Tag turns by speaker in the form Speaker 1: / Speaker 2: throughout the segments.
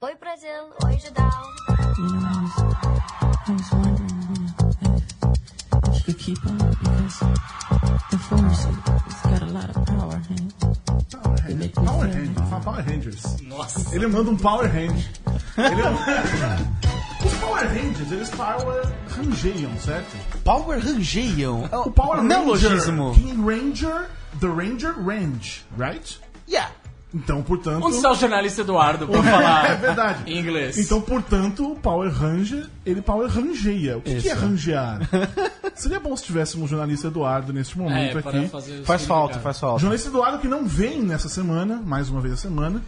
Speaker 1: Voy Brazil, oi Judal.
Speaker 2: You know, I was, I was wondering you know, if, if you could keep on because the force it's got a lot of power and
Speaker 3: Power Rangers. Power Rangers. Fala Power Rangers. Nossa. Ele manda um Power Ranger. Ele é um- Os Power Rangers, eles Power Rangeiam, certo?
Speaker 4: Power Rangeiam.
Speaker 3: É O Power Ranger.
Speaker 4: Neologismo.
Speaker 3: Que Ranger, The Ranger Range, right?
Speaker 4: Yeah.
Speaker 3: Então, portanto...
Speaker 5: Onde está o jornalista Eduardo pra falar
Speaker 3: É verdade.
Speaker 5: em inglês?
Speaker 3: Então, portanto, o Power Ranger, ele Power Rangeia. O que,
Speaker 4: Isso.
Speaker 3: que é rangear? Seria bom se tivéssemos um jornalista Eduardo neste momento
Speaker 5: é, para
Speaker 3: aqui.
Speaker 5: fazer o
Speaker 4: Faz
Speaker 5: significado.
Speaker 4: falta, faz falta.
Speaker 3: Jornalista Eduardo que não vem nessa semana, mais uma vez a semana.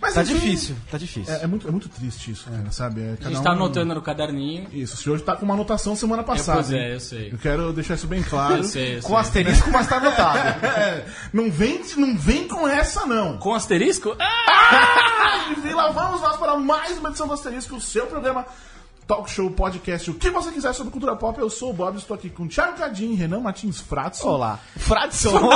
Speaker 3: Mas,
Speaker 4: Tá
Speaker 3: enfim,
Speaker 4: difícil, tá difícil.
Speaker 3: É, é muito, é muito triste isso, cara, sabe? É,
Speaker 5: A
Speaker 3: cada
Speaker 5: gente tá
Speaker 3: um-
Speaker 5: anotando no caderninho.
Speaker 3: Isso, o senhor tá com uma anotação semana passada.
Speaker 5: pois é,
Speaker 3: hein?
Speaker 5: eu sei.
Speaker 3: Eu quero deixar isso bem claro.
Speaker 5: Eu sei, eu
Speaker 4: Com
Speaker 5: sei.
Speaker 4: asterisco, mas tá anotado.
Speaker 3: É, não vem, não vem com essa, não.
Speaker 5: Com asterisco? Ah!
Speaker 3: E lá vamos nós para mais uma edição do Asterisco, o seu programa Talk Show Podcast, o que você quiser sobre cultura pop. Eu sou o Bob, estou aqui com Thiago Cadinho, Renan Martins Fratson.
Speaker 4: Olá. Fradson.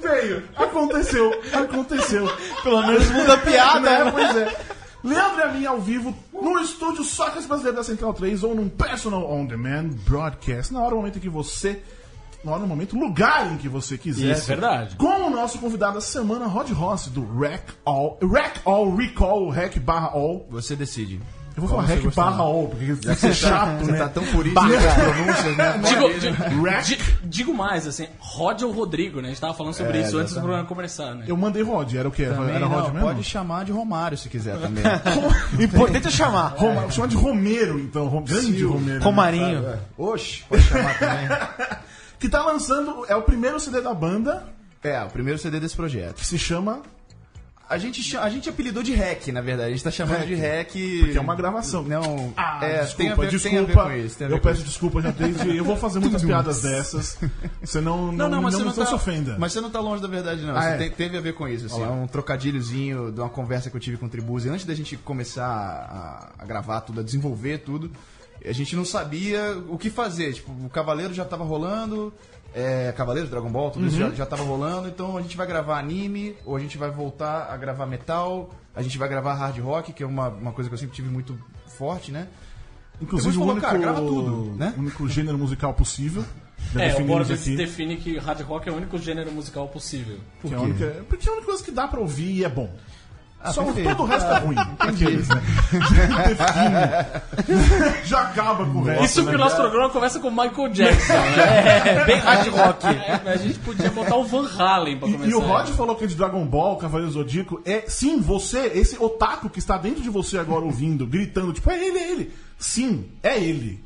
Speaker 3: Veio, aconteceu, aconteceu.
Speaker 4: Pelo menos muda a piada.
Speaker 3: né? Pois é. Leandro e a mim ao vivo no estúdio Sócrates Brasileiro da Central 3 ou num Personal On Demand Broadcast. Na hora, no momento em que você. Na hora, no momento, lugar em que você quiser.
Speaker 4: é
Speaker 5: Isso, é verdade.
Speaker 3: Com o nosso convidado essa semana, Rod Rossi, do Rec All. Rec All Recall, Rec barra All.
Speaker 6: Você decide.
Speaker 3: Eu vou falar
Speaker 6: Como você
Speaker 3: rec
Speaker 6: gostar.
Speaker 3: barra all, porque isso é chato,
Speaker 6: Você
Speaker 3: né?
Speaker 6: tá tão purista nas pronúncias, né?
Speaker 5: Digo, di-
Speaker 3: Rec.
Speaker 5: di- digo mais, assim, Rod ou Rodrigo, né? A gente tava falando sobre isso antes do programa começar, né?
Speaker 3: É, Eu mandei Rod, era o quê?
Speaker 6: Também
Speaker 3: era
Speaker 6: não,
Speaker 3: Rod mesmo?
Speaker 6: Pode chamar de Romário se quiser também.
Speaker 4: Importante é chamar.
Speaker 3: Roma, chama de Romero, então. Rom... Grande
Speaker 6: Sil.
Speaker 3: Romero. né?
Speaker 4: Romarinho.
Speaker 6: Oxe, pode chamar também.
Speaker 3: Que tá lançando, é o primeiro CD da banda,
Speaker 6: É, o primeiro CD desse projeto.
Speaker 3: que se chama...
Speaker 6: A gente, cha- a gente apelidou de REC, na verdade. A gente tá chamando de REC.
Speaker 3: Porque é uma gravação.
Speaker 6: Não.
Speaker 3: Ah,
Speaker 6: é,
Speaker 3: desculpa,
Speaker 6: tem a ver,
Speaker 3: desculpa.
Speaker 6: Tem a ver com isso. tem a ver
Speaker 3: eu
Speaker 6: com
Speaker 3: peço desculpa já desde... Eu vou fazer muitas piadas dessas. Você não, não,
Speaker 6: Ah,
Speaker 3: não,
Speaker 5: não, mas você não tá-
Speaker 3: se ofenda.
Speaker 6: Mas você não tá longe da verdade, não.
Speaker 3: Ah,
Speaker 6: Você
Speaker 3: é?
Speaker 6: tem- teve a ver com isso, assim. É um trocadilhozinho de uma conversa que eu tive com o Tribuzzi. Antes da gente começar a, a gravar tudo, a desenvolver tudo, a gente não sabia o que fazer. Tipo, o Cavaleiro já tava rolando. É, Cavaleiro, Dragon Ball, tudo isso já, já tava rolando. Então a gente vai gravar anime, ou a gente vai voltar a gravar metal, a gente vai gravar hard rock, que é uma, uma coisa que eu sempre tive muito forte, né?
Speaker 3: Inclusive o
Speaker 6: Depois
Speaker 3: único,
Speaker 6: falou, cara, grava tudo, né?
Speaker 3: o único gênero musical possível. Já
Speaker 5: É, o
Speaker 3: definimos
Speaker 5: Borbis define que hard rock é o único gênero musical possível.
Speaker 3: Que é a única- porque é a única coisa que dá pra ouvir e é bom.
Speaker 6: Ah,
Speaker 3: Só
Speaker 6: perfeito.
Speaker 3: todo o resto é ruim. Aqueles, né? Já acaba com o resto. né?
Speaker 5: Isso que o nosso programa começa com Michael Jackson, né? É, bem hard rock. a gente podia botar o Van Halen pra
Speaker 3: E,
Speaker 5: começar.
Speaker 3: e o Rod falou que é de Dragon Ball, Cavaleiro Zodíaco, é sim, você, esse otaku que está dentro de você agora ouvindo, gritando, tipo, é ele, é ele. Sim, é ele.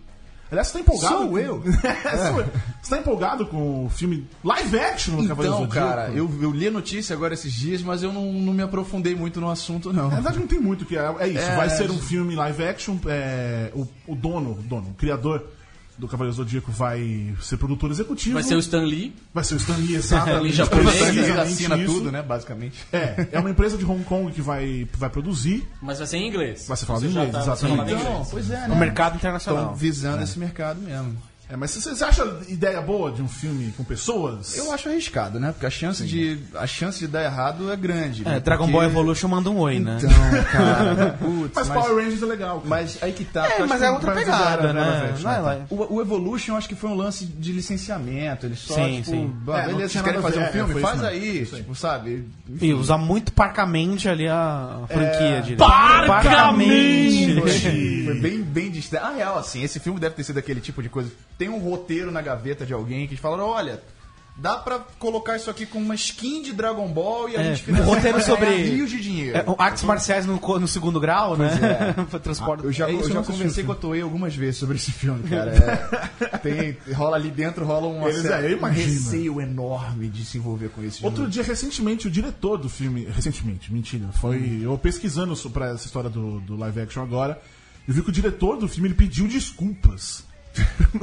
Speaker 3: Aliás, você tá empolgado.
Speaker 6: Sou
Speaker 3: com-
Speaker 6: eu.
Speaker 3: é, sou eu. Você tá empolgado com o filme live action do Cavaleiro
Speaker 6: Então,
Speaker 3: Zodíaco?
Speaker 6: cara, eu, eu li a notícia agora esses dias, mas eu não, não me aprofundei muito no assunto, não.
Speaker 3: Na verdade, não tem muito o que é. É isso.
Speaker 6: É,
Speaker 3: vai
Speaker 6: é
Speaker 3: ser um
Speaker 6: isso.
Speaker 3: filme live action. é, o, o dono, o dono, o criador do Cavaleiro Zodíaco vai ser produtor executivo.
Speaker 5: Vai ser o Stan Lee.
Speaker 3: vai ser o Stan Lee,
Speaker 5: Stan Lee
Speaker 3: exatamente.
Speaker 5: japonês,
Speaker 3: precisamente
Speaker 6: assina
Speaker 3: isso.
Speaker 6: tudo, né? Basicamente.
Speaker 3: É, é uma empresa de Hong Kong que vai, vai produzir.
Speaker 5: Mas vai ser em inglês.
Speaker 3: Vai ser falado
Speaker 5: Você
Speaker 3: em
Speaker 5: já
Speaker 3: inglês,
Speaker 5: tá- você já tá
Speaker 3: exatamente. Então,
Speaker 5: falando em inglês.
Speaker 6: pois é,
Speaker 4: O mercado internacional.
Speaker 6: Estão visando esse mercado mesmo.
Speaker 3: É, mas vocês acham a ideia boa de um filme com pessoas?
Speaker 6: Eu acho arriscado, né? Porque a chance, de, a chance de dar errado é grande.
Speaker 4: É, Dragon Ball Evolution manda um oi, né?
Speaker 6: Então, cara, putz,
Speaker 3: Mas,
Speaker 6: mas,
Speaker 3: Power Rangers é legal. cara.
Speaker 6: mas aí que tá. eu
Speaker 4: É,
Speaker 6: acho
Speaker 4: mas
Speaker 6: que
Speaker 4: é
Speaker 6: o-
Speaker 4: outra
Speaker 3: vai
Speaker 4: pegada,
Speaker 3: virar, né,
Speaker 4: né?
Speaker 3: velho?
Speaker 4: Não é lá.
Speaker 6: O, o Evolution, eu acho que foi um lance de licenciamento. Eles só,
Speaker 4: Sim,
Speaker 6: tipo,
Speaker 4: sim.
Speaker 6: "Ah,
Speaker 3: É, não
Speaker 6: beleza,
Speaker 3: tinha
Speaker 6: vocês querem
Speaker 3: nada a
Speaker 6: fazer
Speaker 3: ver,
Speaker 6: um
Speaker 3: é,
Speaker 6: filme?
Speaker 3: foi
Speaker 6: faz
Speaker 3: isso mesmo.
Speaker 6: aí,
Speaker 3: Sim.
Speaker 6: tipo, sabe?
Speaker 4: E usar muito parcamente ali a a franquia de
Speaker 5: Parcamente!
Speaker 6: Foi, foi bem, bem distante. A real, assim, esse filme deve ter sido aquele tipo de coisa. Tem um roteiro na gaveta de alguém que falaram: olha, dá pra colocar isso aqui com uma skin de Dragon Ball e a
Speaker 4: É,
Speaker 6: gente financia-
Speaker 4: um roteiro
Speaker 6: ganhar
Speaker 4: sobre-
Speaker 6: rios de dinheiro.
Speaker 4: É, o artes marciais no, co- no segundo grau, né? É Foi Transporte.
Speaker 6: Eu já,
Speaker 3: isso,
Speaker 6: eu
Speaker 3: eu
Speaker 6: já
Speaker 3: nunca assisti
Speaker 6: conversei
Speaker 3: o
Speaker 6: com a Toei algumas vezes sobre esse filme, cara. É, tem, rola ali dentro, rola uma
Speaker 3: Eles-
Speaker 6: certa-
Speaker 3: é, eu
Speaker 6: um
Speaker 3: imagino.
Speaker 6: receio enorme de se envolver com isso.
Speaker 3: Outro dia, recentemente, o diretor do filme. Recentemente, mentira. Foi. Eu pesquisando so- pra essa história do, do live action agora. Eu vi que o diretor do filme ele pediu desculpas.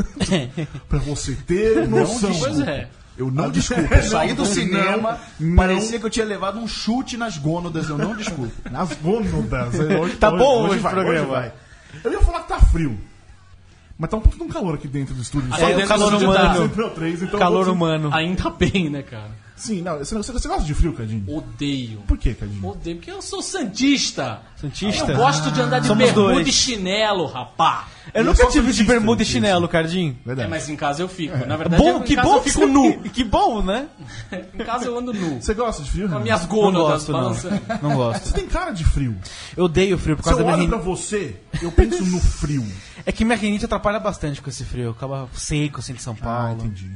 Speaker 3: pra você ter noção.
Speaker 5: Pois é.
Speaker 6: Eu não desculpo. Eu saí do
Speaker 3: não,
Speaker 6: cinema,
Speaker 3: não.
Speaker 6: parecia que eu tinha levado um chute nas gônadas. Eu não desculpo.
Speaker 3: Nas gônadas. Hoje,
Speaker 4: Tá bom hoje o
Speaker 3: vai,
Speaker 4: programa.
Speaker 3: vai. Eu ia falar que tá frio. Mas tá um pouco de um calor aqui dentro do estúdio.
Speaker 5: É, o
Speaker 3: dentro
Speaker 5: calor
Speaker 3: do estúdio
Speaker 5: humano.
Speaker 3: da Central 3, então eu
Speaker 4: Calor
Speaker 3: vou-
Speaker 4: humano.
Speaker 5: Ainda bem, né, cara?
Speaker 3: Sim, não, você, você- você gosta de frio, Cadinho?
Speaker 5: Odeio.
Speaker 3: Por que, Cadinho?
Speaker 5: Odeio, porque eu sou santista.
Speaker 4: Santista?
Speaker 5: Eu gosto de andar de
Speaker 4: Somos
Speaker 5: bermuda
Speaker 4: dois.
Speaker 5: e chinelo, rapá.
Speaker 4: Eu
Speaker 3: E
Speaker 4: nunca
Speaker 3: é só
Speaker 4: tive de
Speaker 3: santista,
Speaker 4: bermuda e
Speaker 3: isso.
Speaker 4: chinelo, Cardinho.
Speaker 5: É,
Speaker 3: Verdade. É.
Speaker 5: mas em casa eu fico. Na verdade, eu,
Speaker 4: Bom,
Speaker 5: em
Speaker 4: que
Speaker 5: casa
Speaker 4: bom
Speaker 5: eu
Speaker 4: que
Speaker 5: fico nu.
Speaker 4: Que bom, né?
Speaker 5: Em casa eu ando nu.
Speaker 3: Você gosta de frio?
Speaker 5: Com
Speaker 3: Renan?
Speaker 5: minhas
Speaker 4: Não
Speaker 5: gônadas
Speaker 4: gosto, não.
Speaker 5: balançando.
Speaker 4: Não gosto.
Speaker 3: Você tem cara de frio.
Speaker 4: Eu odeio frio por
Speaker 3: Se
Speaker 4: causa
Speaker 3: eu
Speaker 4: da minha
Speaker 3: olho
Speaker 4: rinite.
Speaker 3: pra você, eu penso no frio.
Speaker 4: É que minha rinite atrapalha bastante com esse frio. Acaba seco, assim, de São
Speaker 3: Ah,
Speaker 4: Paulo.
Speaker 3: entendi.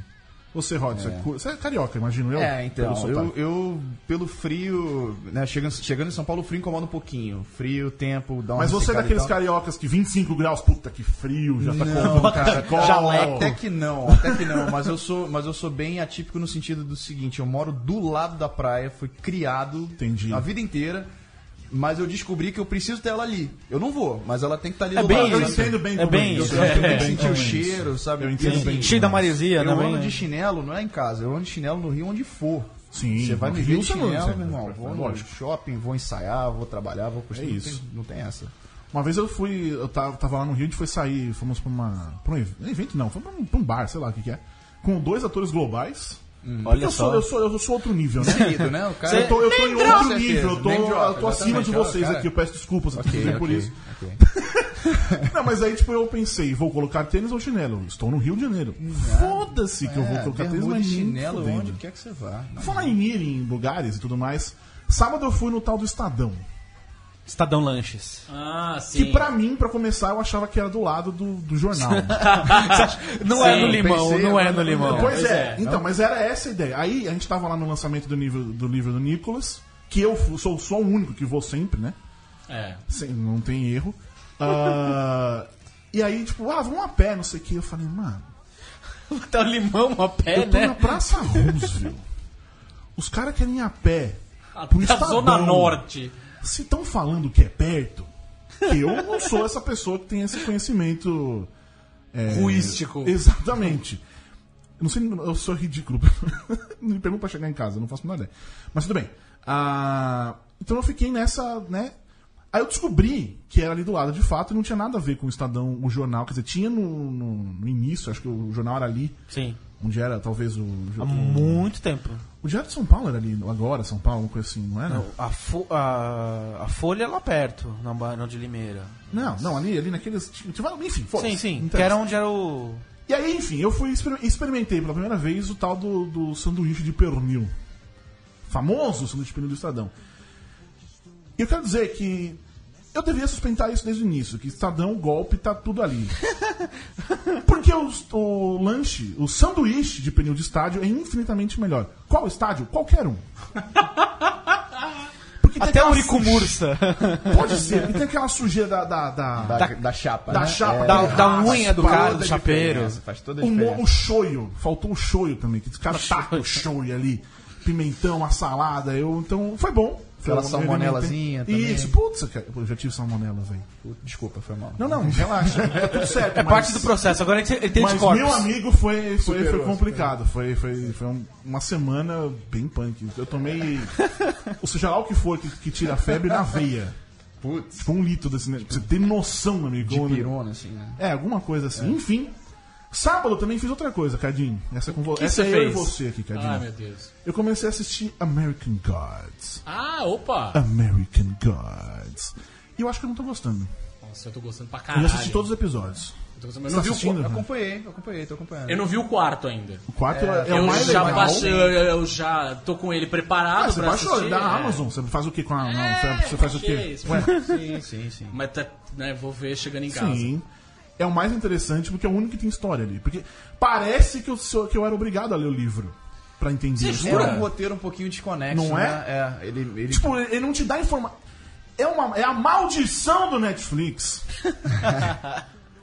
Speaker 3: Você, Rod, você, é. cu- você é carioca, imagino eu?
Speaker 6: É, então,
Speaker 3: pelo
Speaker 6: eu,
Speaker 3: sotaque.
Speaker 6: eu, pelo frio, né, chegando, chegando em São Paulo, o frio incomoda um pouquinho. Frio, tempo, dá uma
Speaker 3: Mas você é
Speaker 6: ressecada e
Speaker 3: daqueles
Speaker 6: tal.
Speaker 3: cariocas que 25 graus, puta que frio, já tá
Speaker 6: então- Não,
Speaker 3: colocando
Speaker 6: cara,
Speaker 3: cachecol.
Speaker 6: jaleco. É, Até que não, até que não. Mas eu sou, mas eu sou bem atípico no sentido do seguinte: eu moro do lado da praia, fui criado
Speaker 3: Entendi.
Speaker 6: a vida inteira. Mas eu descobri que eu preciso ter ela ali. Eu não vou, mas ela tem que estar ali
Speaker 4: É
Speaker 6: do
Speaker 4: bem
Speaker 6: lado.
Speaker 3: Eu
Speaker 6: né?
Speaker 4: isso.
Speaker 3: entendo bem
Speaker 4: É
Speaker 3: como
Speaker 4: bem
Speaker 3: isso.
Speaker 4: isso.
Speaker 3: Eu entendo
Speaker 6: Tem
Speaker 3: bem
Speaker 6: que sentir
Speaker 3: como
Speaker 6: o
Speaker 3: isso.
Speaker 6: cheiro, sabe?
Speaker 3: Eu entendo
Speaker 6: Sim.
Speaker 3: bem.
Speaker 4: Cheio da
Speaker 3: como isso.
Speaker 4: maresia,
Speaker 6: Eu
Speaker 4: né?
Speaker 6: ando
Speaker 4: bem-
Speaker 6: de chinelo, não é em casa, eu ando de chinelo no Rio onde for.
Speaker 3: Sim,
Speaker 6: Você vai
Speaker 3: no
Speaker 6: me
Speaker 3: Rio
Speaker 6: ver de
Speaker 3: você não-
Speaker 6: chinelo,
Speaker 3: você-
Speaker 6: meu irmão.
Speaker 3: é
Speaker 6: Vou no
Speaker 3: lógico.
Speaker 6: shopping, vou ensaiar, vou trabalhar, vou costurar.
Speaker 3: É
Speaker 6: não
Speaker 3: isso.
Speaker 6: tem- Não tem essa.
Speaker 3: Uma vez eu fui, eu tava, tava lá no Rio, a gente foi sair, fomos pra, uma, pra um ev- um evento, não, foi pra um, pra um bar, sei lá o que, que é, com dois atores globais.
Speaker 6: Hum.
Speaker 3: Porque
Speaker 4: olha
Speaker 3: eu
Speaker 4: só.
Speaker 3: Sou, eu, sou, eu sou outro nível, né?
Speaker 6: Querido, né? O cara
Speaker 3: Eu tô, eu tô em
Speaker 6: drop.
Speaker 3: outro nível, eu tô,
Speaker 6: Name drop,
Speaker 3: eu tô acima de
Speaker 6: exatamente,
Speaker 3: vocês
Speaker 6: cara.
Speaker 3: aqui, eu peço desculpas
Speaker 6: Ok,
Speaker 3: inclusive, por
Speaker 6: ok,
Speaker 3: isso.
Speaker 6: ok.
Speaker 3: Não, mas aí, tipo, eu pensei, vou colocar tênis ou chinelo? Estou no Rio de Janeiro. Foda-se que eu vou
Speaker 6: É,
Speaker 3: colocar tênis,
Speaker 6: bermuda
Speaker 3: mas
Speaker 6: e
Speaker 3: nem
Speaker 6: chinelo
Speaker 3: fudendo.
Speaker 6: onde quer que você vá. Não.
Speaker 3: Falar em ir em lugares e tudo mais, sábado eu fui no tal do Estadão.
Speaker 4: Estadão Lanches.
Speaker 5: Ah, sim.
Speaker 3: Que pra mim, pra começar, eu achava que era do lado do, do jornal.
Speaker 4: Não é
Speaker 5: Sim,
Speaker 4: no limão,
Speaker 6: pensei,
Speaker 4: não é
Speaker 6: mas-
Speaker 4: no limão.
Speaker 3: pois
Speaker 5: pois
Speaker 3: é.
Speaker 5: é.
Speaker 3: Então, mas era essa a ideia. Aí a gente tava lá no lançamento do, nível, do livro do Nicolas, que eu fu- sou, sou o único que vou sempre, né?
Speaker 5: É.
Speaker 3: Sem- não tem erro. Ah, e aí, tipo, ah, vamos a pé, não sei o que. Eu falei, mano,
Speaker 4: Tá o limão a
Speaker 5: É,
Speaker 4: pé, né?
Speaker 3: eu
Speaker 5: né?
Speaker 3: tô na Praça Roosevelt. Os caras querem ir a pé. pro
Speaker 5: Da
Speaker 3: Estadão.
Speaker 5: Zona Norte.
Speaker 3: Se estão falando que é perto, que eu não sou essa pessoa que tem esse conhecimento. É,
Speaker 5: Ruístico.
Speaker 3: Exatamente. Eu não sei, eu sou ridículo. não me pergunto pra chegar em casa, eu não faço nada. Mas tudo bem. Ah, então eu fiquei nessa, né? Aí eu descobri que era ali do lado de fato e não tinha nada a ver com o Estadão, o jornal. Quer dizer, tinha no, no- no início, acho que o jornal era ali,
Speaker 4: Sim.
Speaker 3: onde era Um talvez o.
Speaker 4: Há
Speaker 3: O,
Speaker 4: muito tempo.
Speaker 3: o Diário de São Paulo era ali, agora, São Paulo, uma coisa assim, não era?
Speaker 4: A, fo- a- a folha é lá perto, na Barão de Limeira.
Speaker 3: Não, não, ali, ali naqueles. tiveram- Enfim, foda
Speaker 4: Sim, sim. Que era um onde era o.
Speaker 3: E aí, enfim, eu fui exper- experimentei pela primeira vez o tal do, do sanduíche de pernil. Famoso sanduíche de pernil do Estadão. E eu quero dizer que eu devia suspeitar isso desde o início, que Estadão, golpe, tá tudo ali. Porque o, o lanche, o sanduíche de pernil de estádio é infinitamente melhor. Qual estádio? Qualquer um. Porque Então tem
Speaker 4: Até o
Speaker 3: aquela
Speaker 4: Rico
Speaker 3: sujeira-
Speaker 4: Mursa.
Speaker 3: Pode ser, porque tem aquela sujeira da- da- da,
Speaker 6: Da, da chapa,
Speaker 3: da
Speaker 6: né?
Speaker 3: chapa,
Speaker 6: É,
Speaker 4: da,
Speaker 3: é,
Speaker 4: da unha do
Speaker 3: faz
Speaker 4: cara,
Speaker 3: toda
Speaker 4: do
Speaker 3: a
Speaker 4: chapeiro.
Speaker 6: diferença, Faz toda a
Speaker 3: O, Um mo-
Speaker 6: diferença.
Speaker 3: o shoyu, faltou o shoyu também, que os caras tacam o shoyu ali. Pimentão, a salada, eu. Então, foi bom. Foi
Speaker 6: Aquela
Speaker 3: bom,
Speaker 6: salmonelazinha
Speaker 3: eu alimentei.
Speaker 6: também.
Speaker 3: Isso, putz, cara, eu já tive salmonela, velho.
Speaker 6: Desculpa, foi mal.
Speaker 3: Não, não, relaxa, tá tudo certo.
Speaker 4: É parte do processo. Agora ele ele tem
Speaker 3: Mas
Speaker 4: cortes.
Speaker 3: meu amigo foi, foi, foi
Speaker 6: Superou,
Speaker 3: complicado. Foi, foi, foi um- uma semana bem punk. Eu tomei. ou seja lá o que for que, que tira a febre na veia.
Speaker 6: Putz.
Speaker 3: Foi um litro desse. Né? Pra você ter noção, meu amigo. como-
Speaker 6: De pirona, assim, né?
Speaker 3: é, alguma coisa assim. Enfim. Sábado eu também fiz outra coisa, Cadinho. Essa, é com vo...
Speaker 5: que
Speaker 3: Essa é
Speaker 5: você
Speaker 3: eu e
Speaker 5: fez?
Speaker 3: você aqui,
Speaker 5: Ah, meu
Speaker 3: Cadinho.
Speaker 5: Deus.
Speaker 3: eu comecei a assistir American Gods.
Speaker 5: Ah, opa.
Speaker 3: American Gods. E eu acho que eu não tô gostando.
Speaker 5: Nossa, eu tô gostando pra
Speaker 3: Eu
Speaker 5: caralho.
Speaker 3: já assisti todos os episódios.
Speaker 5: Eu, tô gostando, mas
Speaker 3: Você
Speaker 5: não
Speaker 3: tá
Speaker 5: vi o
Speaker 3: assistindo?
Speaker 5: qua-
Speaker 6: Eu acompanhei, eu acompanhei, tô acompanhando.
Speaker 5: eu não vi o quarto ainda.
Speaker 3: O quarto é, é o
Speaker 5: eu,
Speaker 3: mais
Speaker 5: já
Speaker 3: legal.
Speaker 5: baixei- eu, eu já tô com ele
Speaker 3: Ah,
Speaker 5: preparado
Speaker 3: você
Speaker 5: pra
Speaker 3: baixou
Speaker 5: assistir.
Speaker 3: da
Speaker 5: é.
Speaker 3: Amazon. Você faz o que com a. não,
Speaker 5: É,
Speaker 3: você- você faz o
Speaker 5: baixei
Speaker 3: quê?
Speaker 5: isso.
Speaker 3: Ué,
Speaker 6: Sim, sim, sim.
Speaker 5: Mas tá, né, vou ver chegando em casa.
Speaker 3: Sim. É o mais interessante porque é o único que tem história ali. Porque parece que eu, sou- que eu era obrigado a ler o livro pra entender.
Speaker 5: Você
Speaker 3: a
Speaker 5: jura?
Speaker 6: Era
Speaker 3: história.
Speaker 6: um roteiro um pouquinho desconexo,
Speaker 3: Não é?
Speaker 6: né? É, ele... ele...
Speaker 3: Tipo, ele não te dá informação. É, uma, é a maldição do Netflix.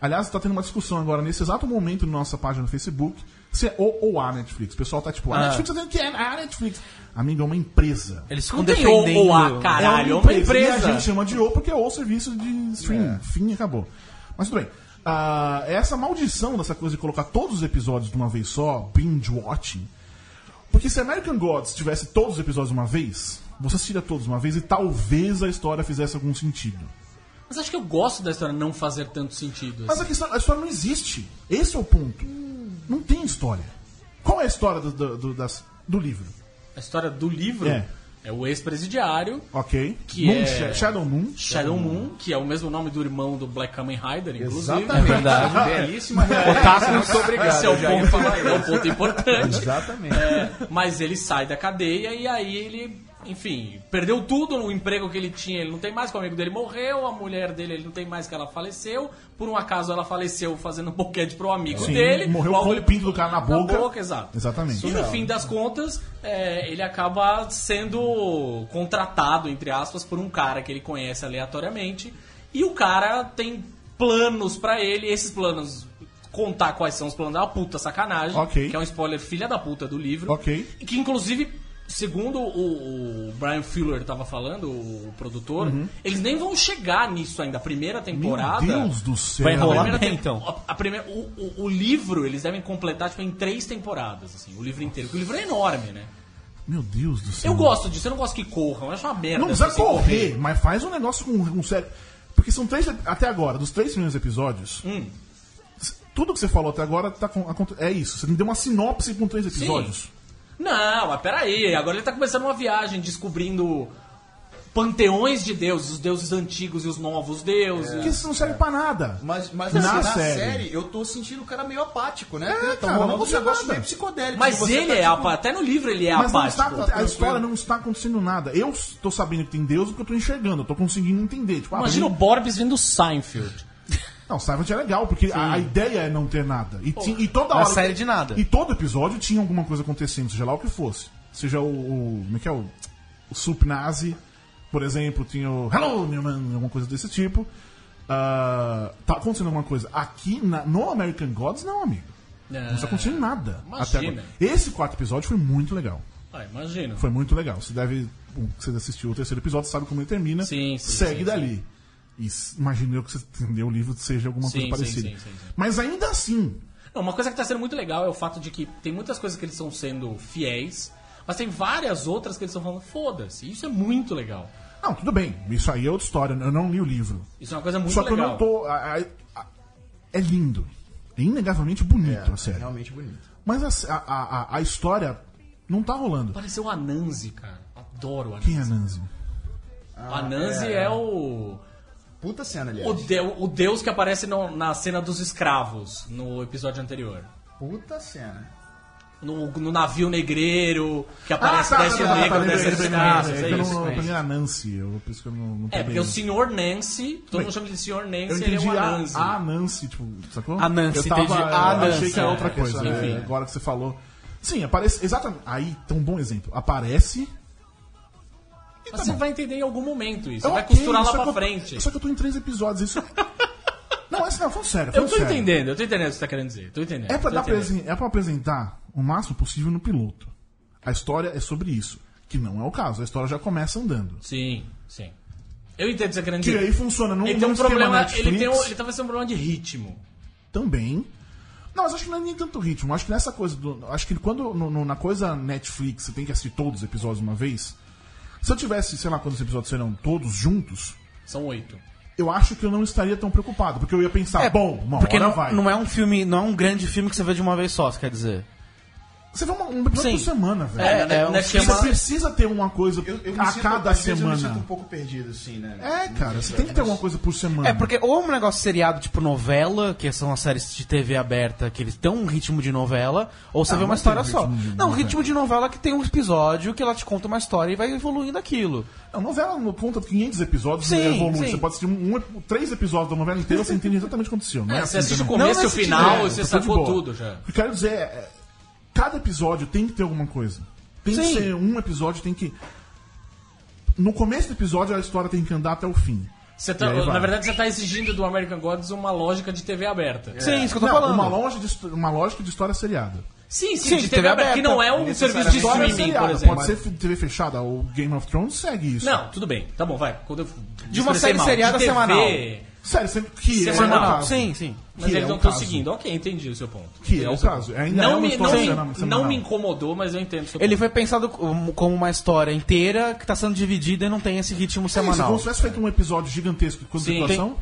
Speaker 3: Aliás, tá tendo uma discussão agora nesse exato momento na nossa página no Facebook se é o ou a Netflix. O pessoal tá tipo, a
Speaker 4: Ah.
Speaker 3: Netflix tá dizendo que é a Netflix. Amigo, é uma empresa.
Speaker 4: Eles ficam
Speaker 5: Não tem ou,
Speaker 4: defendendo.
Speaker 5: ou a, caralho. É uma empresa. É.
Speaker 3: E a gente chama de O porque é o serviço de streaming. Fim, acabou. Mas tudo bem. Ah, essa maldição dessa coisa de colocar todos os episódios de uma vez só, binge-watching. Porque se American Gods tivesse todos os episódios de uma vez, você tira todos de uma vez e talvez a história fizesse algum sentido.
Speaker 5: Mas acho que eu gosto da história não fazer tanto sentido.
Speaker 3: Mas
Speaker 5: assim.
Speaker 3: a, questão, a história não existe. Esse é o ponto. Não tem história. Qual é a história do, do- do- das- do livro?
Speaker 5: a história do livro
Speaker 3: É.
Speaker 5: é, o ex-presidiário
Speaker 3: Ok.
Speaker 5: Que
Speaker 3: Moon,
Speaker 5: é-
Speaker 3: Sha- Shadow Moon.
Speaker 5: Shadow Moon, que é o mesmo nome do irmão do Black Kamen Rider, inclusive.
Speaker 4: É verdade.
Speaker 6: Belíssima
Speaker 4: Otaku,
Speaker 6: Muito obrigado.
Speaker 5: Esse é o
Speaker 6: já ia
Speaker 5: ponto,
Speaker 6: falar
Speaker 5: é o ponto
Speaker 6: isso.
Speaker 5: importante.
Speaker 6: Exatamente.
Speaker 5: É, mas ele sai da cadeia e aí ele, enfim, perdeu tudo o emprego que ele tinha, ele não tem mais, que o amigo dele morreu, a mulher dele ele não tem mais, que ela faleceu. Por um acaso ela faleceu fazendo um boquete pro amigo
Speaker 3: Sim,
Speaker 5: dele.
Speaker 3: morreu
Speaker 5: logo
Speaker 3: com
Speaker 5: ele-
Speaker 3: o pinto do cara na boca.
Speaker 5: exato.
Speaker 3: Exatamente.
Speaker 5: E no fim das contas, é, ele acaba sendo contratado, entre aspas, por um cara que ele conhece aleatoriamente. E o cara tem planos pra ele. Esses planos, contar quais são os planos da puta sacanagem.
Speaker 3: Ok.
Speaker 5: Que é um spoiler filha da puta do livro.
Speaker 3: Ok.
Speaker 5: E Que inclusive, segundo o, o Brian Fuller tava falando, o produtor, eles nem vão chegar nisso ainda. A primeira
Speaker 3: Uhum. Meu
Speaker 5: temporada.
Speaker 3: Deus do céu.
Speaker 4: Vai
Speaker 5: A
Speaker 4: rolar?
Speaker 5: primeira
Speaker 4: bem,
Speaker 5: tem-
Speaker 4: então.
Speaker 5: a- a primeira- o, o- o livro eles devem completar tipo, em três temporadas, assim, o livro inteiro. Porque o livro é enorme, né?
Speaker 3: Meu Deus do céu.
Speaker 5: Eu gosto disso, eu não gosto que corram, eu acho uma merda.
Speaker 3: Não precisa
Speaker 5: assim,
Speaker 3: correr, mas faz um negócio com um sério. Porque são três. Até agora, dos três primeiros episódios. s- Tudo que você falou até agora tá com, aconte- é isso. Você me deu uma sinopse com três episódios.
Speaker 5: Não, mas peraí, agora ele tá começando uma viagem descobrindo panteões de deuses, os deuses antigos e os novos deuses.
Speaker 3: Porque isso não serve pra nada.
Speaker 6: Mas, mas
Speaker 3: Na
Speaker 6: assim, na, série.
Speaker 3: série.
Speaker 6: eu tô sentindo o cara meio apático, né?
Speaker 3: É,
Speaker 6: tá
Speaker 3: cara, não
Speaker 6: rolando um
Speaker 3: aconteceu
Speaker 6: negócio
Speaker 3: nada.
Speaker 6: meio psicodélico.
Speaker 5: Mas
Speaker 6: Você
Speaker 5: ele
Speaker 6: tá,
Speaker 5: é
Speaker 6: tipo,
Speaker 5: apático, até no livro ele é
Speaker 3: Mas não
Speaker 5: apático.
Speaker 3: está, a
Speaker 6: tranquilo.
Speaker 3: história não está acontecendo nada. Eu tô sabendo que tem Deus porque eu tô enxergando, eu tô conseguindo entender. Tipo, ah,
Speaker 5: Imagina o
Speaker 3: tem-
Speaker 5: Borbs vindo do Seinfeld.
Speaker 3: Não, Silent é legal, porque a, a ideia é não ter nada. E, ti- e toda
Speaker 4: Uma
Speaker 3: hora.
Speaker 4: série de nada.
Speaker 3: E todo episódio tinha alguma coisa acontecendo, seja lá o que fosse. Seja o. o como é que é o. O Supnazi, por exemplo, tinha o. Hello, Newman, alguma coisa desse tipo. Ah, tá acontecendo alguma coisa. Aqui na- no American Gods, não, amigo.
Speaker 5: É,
Speaker 3: Não está acontecendo nada.
Speaker 5: Imagina.
Speaker 3: Até agora. Esse quarto episódio foi muito legal.
Speaker 5: Ah, imagina.
Speaker 3: Foi muito legal. Você deve. bom, Você assistiu o terceiro episódio, sabe como ele termina.
Speaker 5: Sim, sim,
Speaker 3: Segue
Speaker 5: sim,
Speaker 3: dali. E s- imagino eu que você entendeu o livro seja alguma
Speaker 5: Sim,
Speaker 3: coisa
Speaker 5: sim,
Speaker 3: parecida.
Speaker 5: sim, sim, sim.
Speaker 3: Mas ainda assim,
Speaker 5: Não, uma coisa que tá sendo muito legal é o fato de que tem muitas coisas que eles estão sendo fiéis, mas tem várias outras que eles estão falando, foda-se. Isso é muito legal.
Speaker 3: Não, tudo bem. Isso aí é outra história. Eu não li o livro.
Speaker 5: Isso é uma coisa muito
Speaker 3: Só que eu
Speaker 5: legal.
Speaker 3: não tô. a- a- a- é lindo. É inegavelmente bonito, a
Speaker 6: É,
Speaker 3: série.
Speaker 6: realmente bonito.
Speaker 3: Mas a, a, a, a história não tá rolando.
Speaker 5: Pareceu o Anansi, cara. Adoro o Anansi.
Speaker 3: Quem é Ah, Nanzi?
Speaker 5: O Anansi é, o...
Speaker 6: Puta cena, aliás.
Speaker 5: O, deu- o deus que aparece no- na cena dos escravos, no episódio anterior.
Speaker 6: Puta cena.
Speaker 5: No, no navio negreiro, que aparece
Speaker 3: tá, tá,
Speaker 5: 10
Speaker 3: tá, tá,
Speaker 5: negros,
Speaker 3: lembrei,
Speaker 5: 10
Speaker 3: lembrei,
Speaker 5: escravos,
Speaker 3: lembrei.
Speaker 5: é
Speaker 3: É que eu
Speaker 5: isso.
Speaker 3: não- pra mim era Nancy. Eu, por isso que eu não, não
Speaker 5: É, porque
Speaker 3: peguei.
Speaker 5: o senhor Nancy, todo mundo chama de senhor
Speaker 3: Eu
Speaker 5: Nancy, ele é
Speaker 3: entendi ah,
Speaker 5: o
Speaker 3: a,
Speaker 5: Anansi.
Speaker 3: a Nancy, tipo, sacou?
Speaker 4: A Nancy,
Speaker 3: eu tava,
Speaker 4: entendi.
Speaker 3: eu
Speaker 4: A
Speaker 3: achei
Speaker 4: Nancy,
Speaker 3: que era outra
Speaker 6: é,
Speaker 3: coisa.
Speaker 6: pessoal,
Speaker 3: né?
Speaker 5: enfim.
Speaker 3: Agora que você falou. Sim, aparece. Exatamente. Aí, tem um bom exemplo. Aparece. e
Speaker 5: Mas
Speaker 3: tá
Speaker 5: você
Speaker 3: bom.
Speaker 5: vai entender em algum momento isso. Você
Speaker 3: É
Speaker 5: vai
Speaker 3: ok,
Speaker 5: costurar lá
Speaker 3: só
Speaker 5: pra
Speaker 3: que eu-
Speaker 5: frente.
Speaker 3: Só que eu tô em três episódios, isso. não, essa não, falando sério.
Speaker 5: Eu
Speaker 3: falando
Speaker 5: tô
Speaker 3: sério.
Speaker 5: entendendo, eu tô entendendo o que você tá querendo dizer. Tô entendendo.
Speaker 3: É pra,
Speaker 5: tô
Speaker 3: dar
Speaker 5: entendendo.
Speaker 3: presen- é pra apresentar o máximo possível no piloto. A história é sobre isso. Que não é o caso, a história já começa andando.
Speaker 5: Sim, sim. Eu entendo o que você tá querendo
Speaker 3: Que
Speaker 5: dizer.
Speaker 3: aí funciona num,
Speaker 5: ele tem
Speaker 3: num
Speaker 5: um
Speaker 3: esquema
Speaker 5: problema.
Speaker 3: Netflix
Speaker 5: Ele, tem um, ele tava sendo um problema de ritmo.
Speaker 3: também. Não, mas acho que não é nem tanto ritmo. Acho que nessa coisa do. Acho que quando. no- no- na coisa Netflix, você tem que assistir todos os episódios de uma vez. Se eu tivesse, sei lá quantos episódios serão todos juntos,
Speaker 5: São oito.
Speaker 3: eu acho que eu não estaria tão preocupado. Porque eu ia pensar, bom, uma
Speaker 4: É, porque
Speaker 3: hora
Speaker 4: não,
Speaker 3: vai.
Speaker 4: não é um filme, não é um grande filme que você vê de uma vez só, você quer dizer.
Speaker 3: Você vê uma- um episódio
Speaker 5: Sim.
Speaker 3: por semana, velho.
Speaker 5: É, né,
Speaker 4: é um
Speaker 5: né,
Speaker 3: Você
Speaker 5: chama-
Speaker 3: precisa ter uma coisa
Speaker 6: Eu, eu me
Speaker 3: a
Speaker 6: sinto,
Speaker 3: cada
Speaker 6: às vezes Eu me sinto um
Speaker 3: semana.
Speaker 6: pouco perdido, assim, né?
Speaker 3: É, cara, você tem que ter alguma coisa por semana.
Speaker 4: É, porque ou é um negócio seriado tipo novela, que são as séries de TV aberta que eles têm um ritmo de novela, ou você vê
Speaker 3: não Ah, tem um
Speaker 4: uma história só.
Speaker 3: ritmo de
Speaker 4: Não, um
Speaker 3: novela.
Speaker 4: ritmo de novela que tem um episódio que ela te conta uma história e vai evoluindo aquilo.
Speaker 3: Não, novela não conta 500 episódios e
Speaker 4: Sim,
Speaker 3: evolui.
Speaker 4: sim.
Speaker 3: Você pode assistir um, um- três episódios da novela inteira você entende exatamente o que aconteceu. Não é
Speaker 5: É,
Speaker 3: assim
Speaker 5: você assiste o
Speaker 3: também.
Speaker 5: começo
Speaker 4: Não
Speaker 5: e o
Speaker 4: nesse
Speaker 5: final
Speaker 4: tipo,
Speaker 5: e você
Speaker 3: Eu tô Tá de
Speaker 5: sacou
Speaker 3: boa.
Speaker 5: tudo já.
Speaker 3: O que eu quero dizer é, é. Cada episódio tem que ter alguma coisa. Tem que
Speaker 4: Sim.
Speaker 3: ser um episódio, tem que. No começo do episódio a história tem que andar até o fim.
Speaker 5: Você tá-
Speaker 3: E aí vai.
Speaker 5: na verdade, você tá exigindo do American Gods uma lógica de TV aberta.
Speaker 4: Sim, isso que eu tô
Speaker 3: É.
Speaker 5: Tá
Speaker 3: Não,
Speaker 4: falando.
Speaker 3: uma, loja de, hist- uma lógica de história seriada.
Speaker 5: Sim, sim,
Speaker 4: Sim,
Speaker 5: de
Speaker 4: de
Speaker 5: TV,
Speaker 4: TV
Speaker 5: aberta, que não é um
Speaker 6: necessariamente.
Speaker 5: serviço de
Speaker 3: História
Speaker 5: streaming, por
Speaker 3: seriada.
Speaker 5: exemplo.
Speaker 3: Pode ser f- TV fechada, o Game of Thrones segue isso.
Speaker 5: Não, tudo bem. Tá bom, vai. Quando eu
Speaker 4: De uma
Speaker 5: expressei
Speaker 4: série
Speaker 5: mal.
Speaker 4: seriada
Speaker 5: De TV,
Speaker 4: semanal.
Speaker 3: Sério, sempre que é
Speaker 5: Semanal.
Speaker 3: o caso.
Speaker 4: Sim, sim.
Speaker 5: Mas
Speaker 3: Que
Speaker 5: eles
Speaker 3: é
Speaker 5: não
Speaker 3: um
Speaker 5: estão
Speaker 3: caso.
Speaker 5: seguindo. Ok, entendi o seu ponto.
Speaker 3: Que
Speaker 5: Entendi
Speaker 3: é
Speaker 5: o
Speaker 3: o
Speaker 5: seu
Speaker 3: caso.
Speaker 5: ponto.
Speaker 3: Ainda é
Speaker 5: Não
Speaker 3: uma
Speaker 5: me,
Speaker 3: história
Speaker 5: não,
Speaker 3: sena-
Speaker 5: me-
Speaker 3: semanal.
Speaker 5: não me incomodou, mas eu entendo o seu
Speaker 4: Ele
Speaker 5: ponto.
Speaker 4: foi pensado como como uma história inteira que tá sendo dividida e não tem esse ritmo
Speaker 3: É isso,
Speaker 4: semanal.
Speaker 3: como se tivesse feito um episódio gigantesco. Quantos
Speaker 5: Sim.
Speaker 3: episódios são?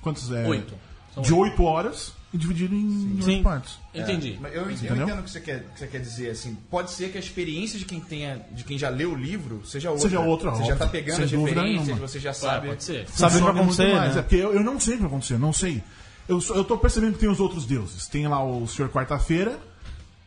Speaker 3: Quantos é?
Speaker 5: Oito.
Speaker 3: de 8 horas e dividido em
Speaker 4: Sim.
Speaker 3: oito partes.
Speaker 5: Entendi.
Speaker 3: É.
Speaker 6: Mas Eu entendo, eu
Speaker 3: Entendeu?
Speaker 6: entendo o que você, quer, que você quer dizer, assim. Pode ser que a experiência de quem tenha, de quem já leu o livro seja outra.
Speaker 3: Seja outra,
Speaker 6: Você
Speaker 3: óbvio.
Speaker 6: já tá pegando
Speaker 3: Sem
Speaker 6: as
Speaker 3: dúvida
Speaker 6: referências,
Speaker 3: nenhuma.
Speaker 6: você já
Speaker 5: Claro,
Speaker 6: sabe.
Speaker 5: pode ser.
Speaker 4: Sabe o que vai
Speaker 3: Funciona muito
Speaker 4: acontecer,
Speaker 3: mais.
Speaker 4: né?
Speaker 3: É porque eu, eu não sei o que vai acontecer, não sei. Eu, só- eu tô percebendo que tem os outros deuses. Tem lá o Senhor Quarta-feira,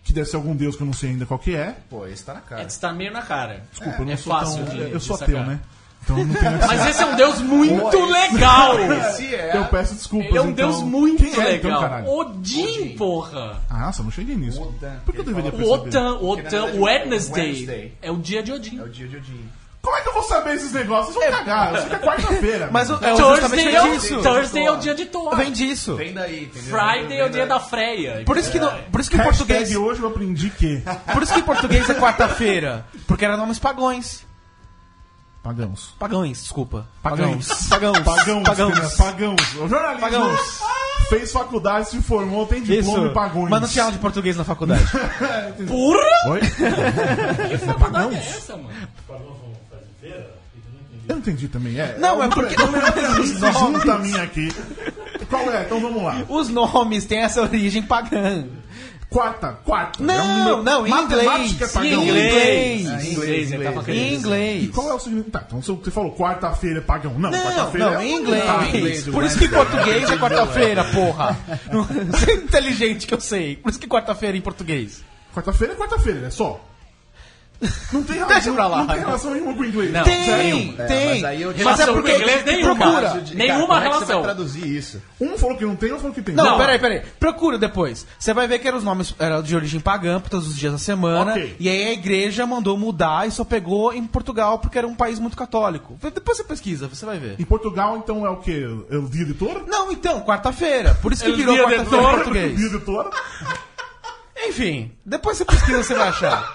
Speaker 3: que deve ser algum deus que eu não sei ainda qual que é.
Speaker 6: Pô, esse tá na cara.
Speaker 5: É de estar meio na cara.
Speaker 3: Desculpa, eu não
Speaker 5: é
Speaker 3: sou
Speaker 5: fácil
Speaker 3: tão...
Speaker 5: de-
Speaker 3: eu
Speaker 5: de
Speaker 3: sou
Speaker 5: sacar.
Speaker 3: ateu, né? Então eu não tenho...
Speaker 5: Mas esse é um deus muito legal!
Speaker 6: Esse é.
Speaker 3: Eu peço desculpas,
Speaker 5: Ele é um
Speaker 3: então.
Speaker 5: deus muito
Speaker 3: Quem é, então,
Speaker 5: legal.
Speaker 3: caralho?
Speaker 5: Odin, porra!
Speaker 3: Ah, nossa, eu não cheguei nisso.
Speaker 6: Odan.
Speaker 3: Por que eu
Speaker 6: Ele
Speaker 3: deveria
Speaker 5: O
Speaker 3: perceber?
Speaker 5: Otan, o
Speaker 6: Porque, na
Speaker 3: é um
Speaker 5: Otan,
Speaker 6: verdade,
Speaker 5: o Wednesday.
Speaker 6: Wednesday.
Speaker 5: É o dia de Odin.
Speaker 6: É o dia de Odin.
Speaker 3: Como é que eu vou saber esses negócios? Vocês vão cagar. Eu sei que é quarta-feira.
Speaker 4: Mas o-
Speaker 3: mano.
Speaker 4: é o justamente
Speaker 5: Thursday, é
Speaker 4: vem
Speaker 5: o,
Speaker 4: disso.
Speaker 5: Thursday é o dia de Thor.
Speaker 4: Vem disso.
Speaker 6: Vem daí, entendeu?
Speaker 5: Friday é o
Speaker 6: Vem
Speaker 5: dia
Speaker 6: daí.
Speaker 5: da Freya.
Speaker 4: Por isso que, não, por isso que em
Speaker 3: Hashtag
Speaker 4: português.
Speaker 3: hoje eu aprendi que...
Speaker 4: Por isso que em português é quarta-feira. Porque eram nomes pagões.
Speaker 3: Pagãos.
Speaker 4: Pagões, desculpa.
Speaker 3: Pagãos.
Speaker 4: Pagãos.
Speaker 3: Pagãos. né? Pagãos. Pagãos. O jornalismo
Speaker 4: Pagãos.
Speaker 3: fez faculdade, se formou, tem
Speaker 4: Isso.
Speaker 3: diploma e pagões.
Speaker 4: Mas não tinha aula de português na faculdade.
Speaker 5: Porra!
Speaker 3: Oi?
Speaker 5: Que faculdade é essa, mano?
Speaker 3: Eu não entendi também. É,
Speaker 4: Não, é
Speaker 3: um-
Speaker 4: porque-
Speaker 3: um jornalista junta a minha aqui. Qual é? Então vamos lá.
Speaker 4: Os nomes têm essa origem pagã.
Speaker 3: Quarta, quarta.
Speaker 4: Não, não, em
Speaker 3: É um Matemática
Speaker 4: inglês,
Speaker 3: é pagão.
Speaker 4: em Inglês.
Speaker 5: É, Inglês,
Speaker 6: Inglês,
Speaker 5: ele tava
Speaker 6: inglês.
Speaker 5: querendo
Speaker 4: Em
Speaker 5: dizer.
Speaker 4: inglês.
Speaker 3: E qual é o significado? Tá, então se você falou quarta-feira é pagão. Não,
Speaker 4: Não,
Speaker 3: quarta-feira
Speaker 4: não,
Speaker 3: é
Speaker 4: em inglês.
Speaker 6: Ah, em inglês,
Speaker 4: Por
Speaker 3: né?
Speaker 4: isso que em português é quarta-feira, porra. Não- Você é inteligente que eu sei. Por isso que quarta-feira é em português.
Speaker 3: Quarta-feira é quarta-feira, é só. Não tem relação,
Speaker 4: Deixa pra lá.
Speaker 3: Não tem relação nenhuma com o inglês.
Speaker 5: Não.
Speaker 4: tem,
Speaker 5: sério?
Speaker 4: tem.
Speaker 6: mas aí eu-
Speaker 4: Mas é
Speaker 5: Relação
Speaker 4: porque
Speaker 5: com inglês nenhuma.
Speaker 4: procura.
Speaker 5: Nenhuma
Speaker 6: como é que você
Speaker 5: relação.
Speaker 6: vai traduzir isso?
Speaker 3: Um falou que não tem, outro falou que tem.
Speaker 4: Não,
Speaker 5: Não.
Speaker 4: peraí, peraí. Procura depois. Você vai ver que eram os nomes era de origem pagã, por todos os dias da semana.
Speaker 3: Ok.
Speaker 4: E aí a igreja mandou mudar e só pegou em Portugal porque era um país muito católico. Depois você pesquisa, você vai ver.
Speaker 3: Em Portugal, então, é o quê? É o dia de touro?
Speaker 4: Não, então, quarta-feira. Por isso que
Speaker 5: El
Speaker 4: virou
Speaker 5: dia de
Speaker 4: quarta-feira em
Speaker 5: todos.
Speaker 3: O dia
Speaker 4: português.
Speaker 3: de touro?
Speaker 4: Enfim, depois você pesquisa, você vai achar.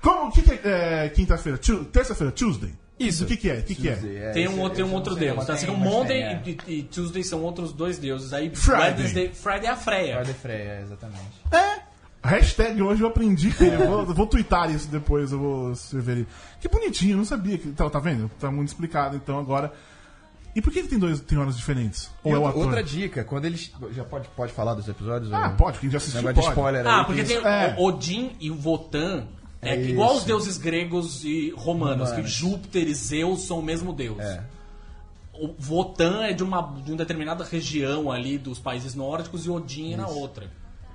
Speaker 3: Como, o que, que é, é, quinta-feira? Tu- Terça-feira, Tuesday?
Speaker 4: Isso.
Speaker 3: O que que é? O que que é?
Speaker 5: Tem um, outro- tem um outro deus. Tá?
Speaker 6: Assim,
Speaker 5: Assim, o Monday e, e Tuesday são outros dois deuses. Aí
Speaker 3: Friday.
Speaker 5: Wednesday, Friday é a Freya.
Speaker 6: Friday Freya, exatamente.
Speaker 4: É,
Speaker 3: Hashtag hoje eu aprendi. que Eu vou, eu vou twittar isso depois, eu vou escrever. Que bonitinho, eu não sabia. Que, tá, tá vendo? Tá muito explicado então agora. E por que, que tem dois tem horas diferentes? Ou
Speaker 6: E
Speaker 3: é o
Speaker 6: outra,
Speaker 3: ator?
Speaker 6: outra dica, quando eles. Já pode, pode falar dos episódios?
Speaker 3: Ah,
Speaker 6: ou-
Speaker 3: pode, quem já assistiu
Speaker 6: Negócio
Speaker 3: pode.
Speaker 6: de spoiler aí.
Speaker 5: Ah, porque
Speaker 6: que-
Speaker 5: tem
Speaker 3: é.
Speaker 5: o Odin e o Votan. É,
Speaker 6: É
Speaker 5: igual
Speaker 6: isso.
Speaker 5: os deuses gregos e romanos, que
Speaker 6: Romanos.
Speaker 5: Júpiter e Zeus são o mesmo deus.
Speaker 6: É.
Speaker 5: O Votan é de uma, de uma determinada região ali dos países nórdicos e Odin é na outra.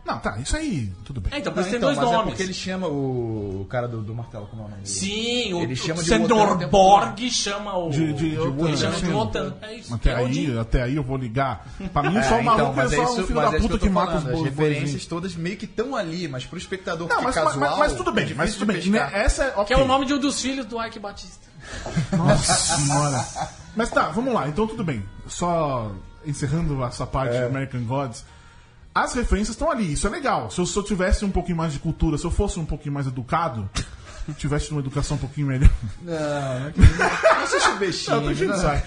Speaker 3: Não, tá, isso aí, tudo bem.
Speaker 5: É, então,
Speaker 6: Não,
Speaker 5: por isso tem
Speaker 6: então,
Speaker 5: dois
Speaker 6: mas é
Speaker 5: nomes.
Speaker 6: porque ele chama o, o cara do, do martelo como é o nome dele?
Speaker 5: Sim, o,
Speaker 6: Ele chama
Speaker 5: o
Speaker 6: de Wotan o
Speaker 5: Sendor
Speaker 6: tempo
Speaker 5: Borg chama o.
Speaker 3: De- de Wotan,
Speaker 5: ele chama de
Speaker 3: sim.
Speaker 5: Wotan. É isso.
Speaker 3: Até
Speaker 5: é Odin.
Speaker 3: aí, né? até aí eu vou ligar. Pra mim,
Speaker 6: É,
Speaker 3: só o maluco
Speaker 6: então, mas
Speaker 3: é
Speaker 6: é
Speaker 3: só
Speaker 6: isso,
Speaker 3: um filho
Speaker 6: mas
Speaker 3: da
Speaker 6: é isso
Speaker 3: puta
Speaker 6: que,
Speaker 3: que,
Speaker 6: eu tô
Speaker 3: mata os
Speaker 6: falando, As
Speaker 3: bois.
Speaker 6: referências todas meio que estão ali, mas pro espectador
Speaker 3: Não,
Speaker 6: que
Speaker 3: mas, mas,
Speaker 6: casual...
Speaker 3: mas, mas tudo bem, mas tudo bem. Né, Essa é, ok.
Speaker 5: Que é o nome de um dos filhos do Ike Batista.
Speaker 3: Nossa senhora. Mas tá, vamos lá. Então tudo bem. Só encerrando essa parte de American Gods. As referências estão ali, isso é legal. Se eu, se eu tivesse um pouquinho mais de cultura, se eu fosse um pouquinho mais educado, tivesse uma educação um pouquinho melhor.
Speaker 6: Não, não é que- não seja
Speaker 3: Eu tô,
Speaker 6: bestinho. né?
Speaker 3: enchendo o
Speaker 6: não.
Speaker 3: saco.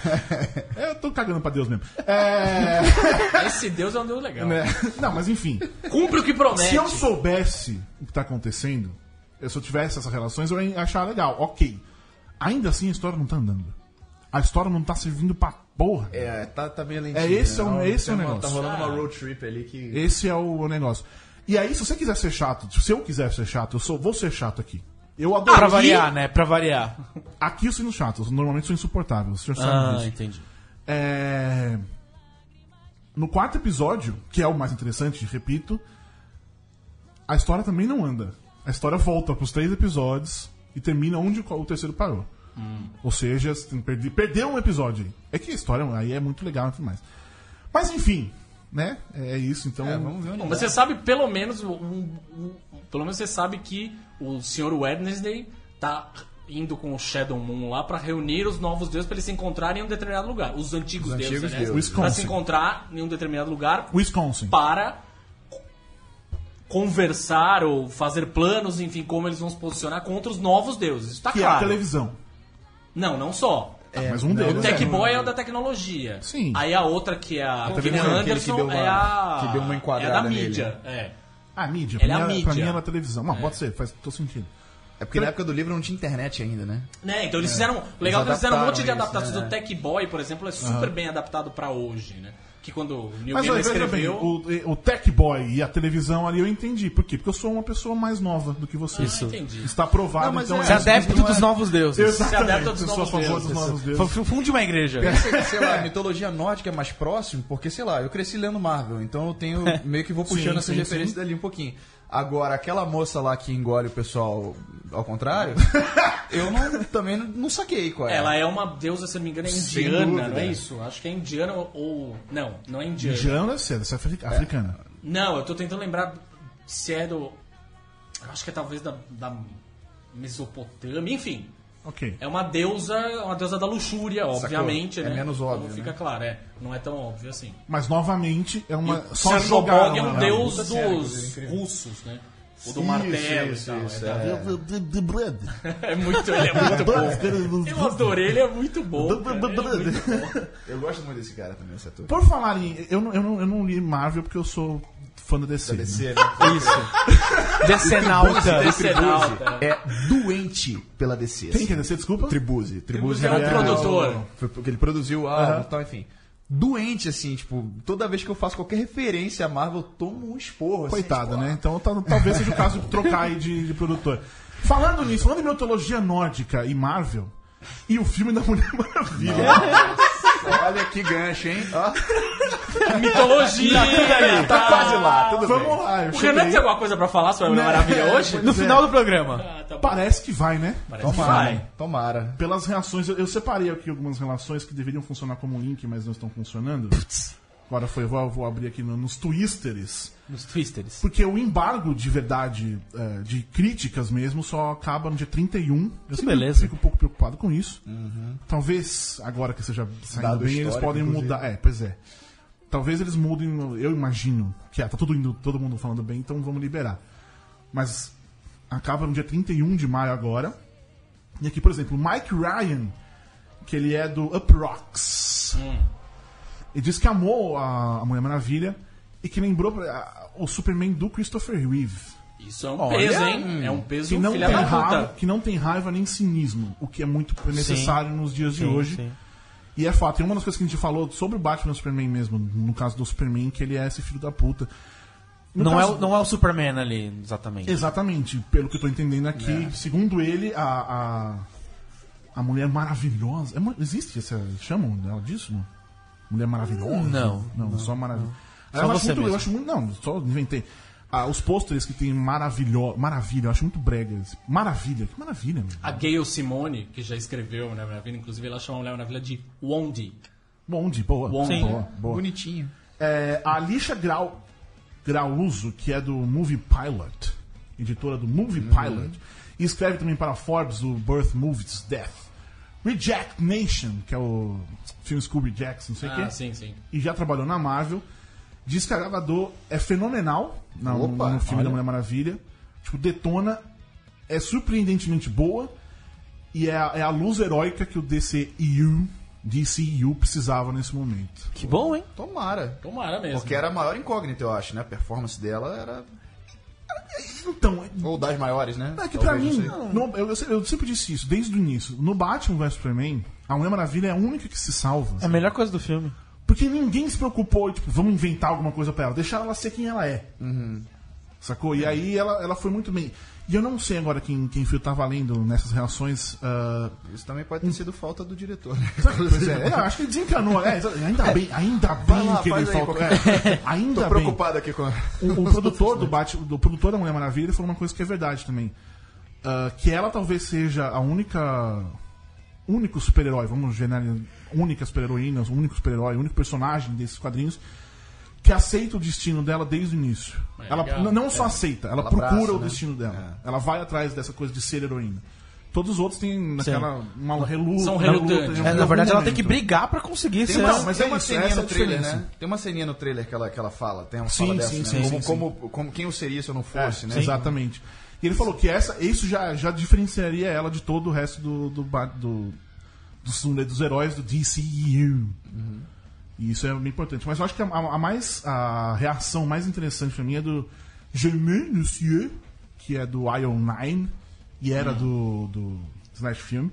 Speaker 3: eu tô cagando pra Deus mesmo. É,
Speaker 5: Esse deus é um deus legal.
Speaker 3: né? Não, mas enfim.
Speaker 5: Cumpre o que promete.
Speaker 3: Se eu soubesse o que tá acontecendo, eu- se eu tivesse essas relações, eu ia achar legal, ok. Ainda assim a história não tá andando. A história não tá servindo pra porra.
Speaker 6: É, tá, tá meio lentinho.
Speaker 3: É, esse é o-
Speaker 6: né?
Speaker 3: esse é o
Speaker 6: Tá
Speaker 3: negócio.
Speaker 6: rolando uma
Speaker 5: Ah.
Speaker 6: road trip ali que...
Speaker 3: Esse é o negócio. E aí, se você quiser ser chato, se eu quiser ser chato, eu sou, vou ser chato aqui. Eu adoro.
Speaker 4: pra variar, né? Pra variar.
Speaker 3: Aqui eu sou chato, eu normalmente sou insuportável, o senhor sabe
Speaker 4: Ah,
Speaker 3: disso.
Speaker 4: entendi.
Speaker 3: É... No quarto episódio, que é o mais interessante, repito, a história também não anda. A história volta pros três episódios e termina onde o terceiro parou.
Speaker 4: Hum.
Speaker 3: Ou seja, você tem que perder- perdeu um episódio aí. É que a história aí é muito legal e tudo mais. Mas enfim, né? É isso, então.
Speaker 6: É, vamos ver onde
Speaker 5: Bom, mas você sabe pelo menos um, um- um- pelo menos você sabe que o Sr. Wednesday tá indo com o Shadow Moon lá pra reunir os novos deuses pra eles se encontrarem em um determinado lugar. Os antigos,
Speaker 6: Os
Speaker 5: deuses,
Speaker 6: antigos
Speaker 5: aliás,
Speaker 3: deuses.
Speaker 5: pra se
Speaker 3: Wisconsin.
Speaker 5: encontrar em um determinado lugar
Speaker 3: Wisconsin.
Speaker 5: para co- conversar ou fazer planos, enfim, como eles vão se posicionar contra os novos deuses. Isso tá
Speaker 3: Que é a
Speaker 5: claro.
Speaker 3: televisão.
Speaker 5: Não, não só.
Speaker 3: mas um
Speaker 5: O
Speaker 3: deles.
Speaker 5: Tech
Speaker 3: é.
Speaker 5: Boy é o da tecnologia.
Speaker 3: Sim.
Speaker 5: Aí a outra que é a
Speaker 6: Aquele
Speaker 5: Kina
Speaker 6: que deu
Speaker 5: Anderson
Speaker 6: uma-
Speaker 5: é a
Speaker 6: que deu uma enquadrada
Speaker 5: é da
Speaker 6: nele.
Speaker 5: mídia. É.
Speaker 3: A mídia.
Speaker 5: Ela é
Speaker 3: pra
Speaker 5: a
Speaker 3: mim
Speaker 5: mídia. É.
Speaker 3: Pra mim era a televisão. Mas pode ser, faz todo sentido.
Speaker 6: É porque na época do livro não tinha internet ainda, né?
Speaker 5: Né? Então eles fizeram. Legal que eles
Speaker 6: Eles
Speaker 5: fizeram um monte de
Speaker 6: adaptaram isso,
Speaker 5: adaptações.
Speaker 6: né?
Speaker 5: O Tech Boy, por exemplo, é super bem adaptado pra hoje, né? que quando o Neil
Speaker 3: Mas olha,
Speaker 5: Gaiman
Speaker 3: veja bem,
Speaker 5: escreveu...
Speaker 3: o, o Tech Boy e a televisão ali eu entendi. Por quê? Porque eu sou uma pessoa mais nova do que você.
Speaker 5: Isso. Ah, entendi.
Speaker 3: Está provado,
Speaker 6: Não, mas
Speaker 3: então
Speaker 6: é-
Speaker 4: Você é adepto
Speaker 6: Não é-
Speaker 4: dos novos deuses.
Speaker 5: Se
Speaker 3: Exatamente,
Speaker 5: adapta
Speaker 3: eu
Speaker 5: aos
Speaker 3: sou a
Speaker 5: novos
Speaker 3: favor dos
Speaker 5: deuses.
Speaker 3: novos deuses.
Speaker 4: F- Funde uma igreja.
Speaker 6: Sei, sei lá, a mitologia nórdica é mais próximo, porque, sei lá, eu cresci lendo Marvel, então eu tenho meio que vou puxando
Speaker 3: Sim, sim,
Speaker 6: essas referências dali um pouquinho. Agora, aquela moça lá que engole o pessoal ao contrário, eu não- também não, não saquei qual é.
Speaker 5: Ela é uma deusa, se não me engano, é
Speaker 3: Sem
Speaker 5: indiana,
Speaker 3: dúvida.
Speaker 5: não é isso? Acho que é indiana ou- ou... Não, não é indiana.
Speaker 3: Indiana deve ser, deve ser africa-
Speaker 5: É.
Speaker 3: africana.
Speaker 5: Não, eu tô tentando lembrar se é do... Acho que é talvez da, da Mesopotâmia, enfim.
Speaker 3: Ok.
Speaker 5: É uma deusa, uma deusa da luxúria, obviamente,
Speaker 6: É
Speaker 5: né?
Speaker 6: menos
Speaker 5: Como
Speaker 6: óbvio,
Speaker 5: fica
Speaker 6: né?
Speaker 5: claro, é. Não é tão óbvio assim.
Speaker 3: Mas novamente é uma.
Speaker 5: E o
Speaker 3: só
Speaker 5: Cernobog
Speaker 3: jogaram
Speaker 5: é um
Speaker 3: lá.
Speaker 5: deus
Speaker 6: Puta
Speaker 5: dos
Speaker 6: série, inclusive, incrível.
Speaker 5: russos, né? O do
Speaker 3: Isso,
Speaker 5: martelo
Speaker 3: isso,
Speaker 5: e tal.
Speaker 3: isso,
Speaker 5: é, da-
Speaker 3: é.
Speaker 5: é muito, ele é muito bom. Eu adorei, ele é muito bom. cara, ele é muito bom.
Speaker 6: Eu gosto muito desse cara também, esse ator.
Speaker 3: Por falar em. Eu não, eu, não, eu não li Marvel porque eu sou fã da DC. né?
Speaker 6: DC, né?
Speaker 4: Isso. Decenalta.
Speaker 5: Esse é nada.
Speaker 6: É doente pela DC.
Speaker 3: Quem que é DC? Desculpa?
Speaker 6: Tribuse. Tribuse
Speaker 5: Tribuse assim. é um
Speaker 6: o-
Speaker 5: produtor.
Speaker 6: Foi porque ele produziu o álbum
Speaker 3: Aham.
Speaker 6: e tal, enfim. Doente, assim, tipo, toda vez que eu faço qualquer referência a Marvel, eu tomo um esporro. assim,
Speaker 3: Coitado,
Speaker 6: tipo,
Speaker 3: né? Então tal- talvez seja o caso de trocar aí de, de produtor. Falando nisso, falando em mitologia nórdica e Marvel, e o filme da Mulher Maravilha.
Speaker 6: ah, Olha que gancho, hein? Ó,
Speaker 5: Mitologia.
Speaker 6: tá quase lá, tudo
Speaker 3: Vamos
Speaker 6: bem.
Speaker 3: lá, eu
Speaker 5: O
Speaker 3: cheguei.
Speaker 5: Renan tem alguma coisa pra falar sobre a Mulher
Speaker 3: Né?
Speaker 5: Maravilha hoje?
Speaker 4: No final do programa.
Speaker 5: Ah, tá bom.
Speaker 3: Parece que vai, né? Então,
Speaker 5: Parece que
Speaker 6: Tomara,
Speaker 5: vai.
Speaker 6: tomara.
Speaker 3: Pelas reações, eu, eu separei aqui algumas relações que deveriam funcionar como um link, mas não estão funcionando. Agora foi, eu vou, vou abrir aqui no- nos twisteres.
Speaker 4: Nos Twisters.
Speaker 3: Porque o embargo de verdade, eh, de críticas mesmo, só acaba no dia 31. Eu sempre
Speaker 4: beleza.
Speaker 3: fico um pouco preocupado com isso. Talvez, agora que seja saindo
Speaker 6: Dado
Speaker 3: bem, eles
Speaker 6: histórico,
Speaker 3: podem
Speaker 6: inclusive.
Speaker 3: mudar. É, pois é. Talvez eles mudem, eu imagino, que ah, tá tudo indo, todo mundo falando bem, então vamos liberar. Mas acaba no dia 31 de maio agora. E aqui, por exemplo, Mike Ryan, que ele é do Up Rocks.
Speaker 4: Hum.
Speaker 3: Ele disse que amou a, a Mulher Maravilha e que lembrou pra- o Superman do Christopher Reeve.
Speaker 5: Isso é um
Speaker 4: Olha,
Speaker 5: peso, hein? É um peso
Speaker 3: Que não, tem
Speaker 5: filha da
Speaker 3: raiva,
Speaker 5: puta.
Speaker 3: que não tem raiva nem cinismo, o que é muito necessário nos dias de
Speaker 4: Sim,
Speaker 3: hoje.
Speaker 4: sim.
Speaker 3: E é fato, e uma das coisas que a gente falou sobre o Batman e o Superman mesmo, no caso do Superman, que ele é esse filho da puta. No
Speaker 4: Não é,
Speaker 3: caso-
Speaker 4: o- não é o Superman ali, exatamente.
Speaker 3: Exatamente, pelo que eu tô entendendo aqui, segundo ele, a, a, a mulher maravilhosa. é mu- existe essa. Chamam ela disso? não? Mulher maravilhosa?
Speaker 4: Não,
Speaker 3: Não, só maravilhosa.
Speaker 4: Só
Speaker 3: eu, acho
Speaker 4: você
Speaker 3: muito- eu
Speaker 4: mesmo.
Speaker 3: acho muito. Não, só inventei. Ah, os pôsteres que tem maravilhosa. Maravilha, eu acho muito brega. esse- Maravilha, que maravilha, meu.
Speaker 5: A Gayle Simone, que já escreveu Mulher Maravilha, inclusive ela chama Mulher Maravilha de Wondi.
Speaker 3: Bonde, boa.
Speaker 5: Bonde.
Speaker 3: Boa, boa.
Speaker 6: Bonitinho.
Speaker 3: É, a Alicia Grau, Grauso, que é do Movie Pilot, editora do Movie Pilot, e escreve também para a Forbes o Birth Movies Death. Reject Nation, que é o filme Scooby Jackson, não sei o
Speaker 5: Ah,
Speaker 3: quê,
Speaker 5: sim, sim.
Speaker 3: e já trabalhou na Marvel. Diz que a Gavador é fenomenal na-
Speaker 6: Opa,
Speaker 3: no filme
Speaker 6: olha.
Speaker 3: da Mulher Maravilha. Tipo, detona, é surpreendentemente boa e é, a- é a luz heróica que o DCEU, DCEU precisava nesse momento.
Speaker 4: Que bom, hein?
Speaker 6: Tomara.
Speaker 5: Tomara mesmo.
Speaker 6: Porque era a maior incógnita, eu acho, né? A performance dela era.
Speaker 3: Então,
Speaker 6: Ou das maiores, né?
Speaker 3: Não, É que pra
Speaker 6: Talvez,
Speaker 3: mim,
Speaker 6: não sei.
Speaker 3: no- eu, eu se- eu sempre disse isso, desde o início. No Batman vs Superman, a Mulher Maravilha é a única que se salva. assim.
Speaker 4: É a melhor coisa do filme.
Speaker 3: Porque ninguém se preocupou, tipo, vamos inventar alguma coisa pra ela, deixar ela ser quem ela é.
Speaker 6: Uhum.
Speaker 3: Sacou? E aí ela, ela foi muito bem. E eu não sei agora quem, quem fio tá valendo nessas reações. ah,
Speaker 6: Isso também pode ter sido falta do diretor. né?
Speaker 3: pois é, eu acho que ele desencanou. É, ainda bem, ainda
Speaker 6: Vai
Speaker 3: bem
Speaker 6: lá,
Speaker 3: que ele
Speaker 6: faz aí,
Speaker 3: faltou.
Speaker 6: qualquer-
Speaker 3: é, ainda
Speaker 6: Tô
Speaker 3: bem.
Speaker 6: preocupado aqui com a.
Speaker 3: O, o produtor do Batman, do produtor da Mulher Maravilha, ele falou uma coisa que é verdade também. Ah, que ela talvez seja a única. único super-herói, vamos generalizar. Única super-heroína, o único super-herói, o único personagem desses quadrinhos que aceita o destino dela desde o início.
Speaker 5: É,
Speaker 3: ela
Speaker 5: legal.
Speaker 3: n- não só aceita, ela,
Speaker 6: Ela
Speaker 3: procura
Speaker 6: abraça,
Speaker 3: o
Speaker 6: né?
Speaker 3: destino dela. Ela vai atrás dessa coisa de ser heroína. Todos os outros têm um aquela uma reluta.
Speaker 5: São
Speaker 3: uma
Speaker 5: relutantes.
Speaker 3: luta em
Speaker 5: É,
Speaker 4: É,
Speaker 3: algum
Speaker 4: na verdade, ela tem que
Speaker 3: momento.
Speaker 4: brigar pra conseguir
Speaker 6: Tem
Speaker 4: ser.
Speaker 6: uma,
Speaker 3: Não, mas
Speaker 6: tem
Speaker 3: é
Speaker 6: uma
Speaker 3: isso,
Speaker 6: ceninha
Speaker 3: essa é
Speaker 6: no
Speaker 3: a
Speaker 6: trailer,
Speaker 3: diferença.
Speaker 6: né? Tem uma ceninha no trailer que ela, que ela fala. Tem uma
Speaker 3: Sim,
Speaker 6: fala dessa,
Speaker 3: sim,
Speaker 6: né?
Speaker 3: sim,
Speaker 6: como,
Speaker 3: sim, sim.
Speaker 6: Como, como quem eu seria se eu não fosse, né?
Speaker 3: Sim. Exatamente. E ele falou que essa, isso já, já diferenciaria ela de todo o resto do, do, ba- do, dos, né, dos heróis do DCU. E isso é bem importante. Mas eu acho que a, a mais, a reação mais interessante pra mim é do Germain Lucier, que é do Iron 9 e era do, do Slash Film.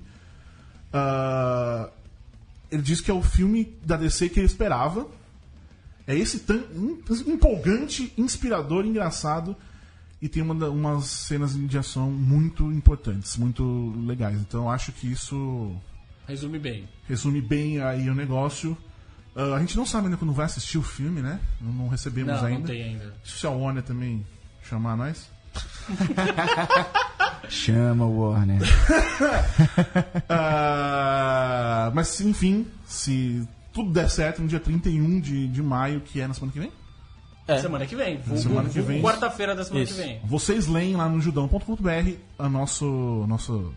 Speaker 3: Ah, ele disse que é o filme da DC que ele esperava É esse tão em- empolgante, inspirador, engraçado. E tem uma da- umas cenas de ação muito importantes, muito legais. Então eu acho que isso
Speaker 5: Resume bem.
Speaker 3: resume bem aí o negócio. Ah, a gente não sabe ainda quando vai assistir o filme, né? Não, não recebemos
Speaker 5: Não,
Speaker 3: ainda.
Speaker 5: não tem ainda.
Speaker 3: Se a Warner também chamar nós.
Speaker 6: Chama o Warner.
Speaker 3: Ah, mas enfim, se tudo der certo no dia 31 de, de maio, que é na semana que vem,
Speaker 4: É.
Speaker 5: Semana que vem. Vulgo-
Speaker 3: Semana que
Speaker 5: vulgo
Speaker 3: vem.
Speaker 5: Quarta-feira da semana
Speaker 4: Isso.
Speaker 5: que vem.
Speaker 3: vocês leem lá no judão.com.br a nosso. nosso...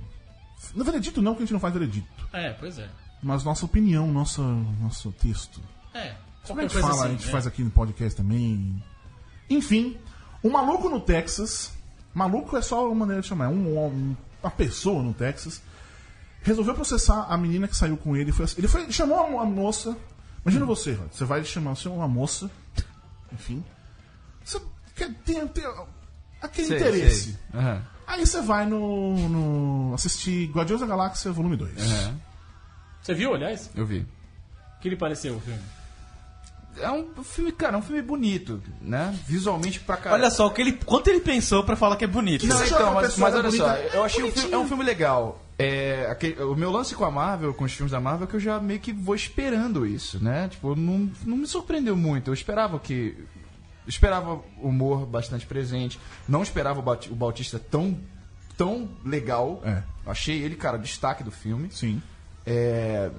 Speaker 3: Não veredito não, que a gente não faz veredito.
Speaker 5: É, pois é.
Speaker 3: Mas nossa opinião, nosso, nosso texto. Como
Speaker 5: É.
Speaker 3: a
Speaker 5: Qualquer
Speaker 3: gente
Speaker 5: coisa
Speaker 3: fala,
Speaker 5: assim.
Speaker 3: a gente
Speaker 5: é.
Speaker 3: faz aqui no podcast também. Enfim, o maluco no Texas. Maluco é só uma maneira de chamar. Um, homem, uma pessoa no Texas. Resolveu processar a menina que saiu com ele. Foi, ass- ele foi, chamou uma moça. Imagina você, Rod, você vai chamar você é uma moça. Enfim. Você quer, tem, tem aquele
Speaker 6: Sei,
Speaker 3: interesse.
Speaker 6: sei. Aham.
Speaker 3: Aí você vai no, no assistir Guardiões da Galáxia Volume 2.
Speaker 6: Aham.
Speaker 5: Você viu, aliás?
Speaker 6: Eu vi.
Speaker 5: O que lhe pareceu o filme?
Speaker 6: É um filme, cara, é um filme bonito, né? Visualmente pra caralho.
Speaker 4: Olha só, o que ele, quanto ele pensou pra falar que é bonito.
Speaker 3: Não,
Speaker 6: Não,
Speaker 3: você
Speaker 6: então,
Speaker 3: achou
Speaker 6: mas,
Speaker 3: que uma
Speaker 6: mas olha
Speaker 3: pessoa
Speaker 6: só,
Speaker 3: bonita-
Speaker 6: eu achei um filme, é um filme legal. É, aquele- o meu lance com a Marvel, com os filmes da Marvel, é que eu já meio que vou esperando isso, né? Tipo, não, não me surpreendeu muito. Eu esperava que. Esperava humor bastante presente. Não esperava o Baut- o Bautista tão, tão legal.
Speaker 3: É.
Speaker 6: Achei ele, cara, o destaque do filme.
Speaker 3: Sim.
Speaker 6: É,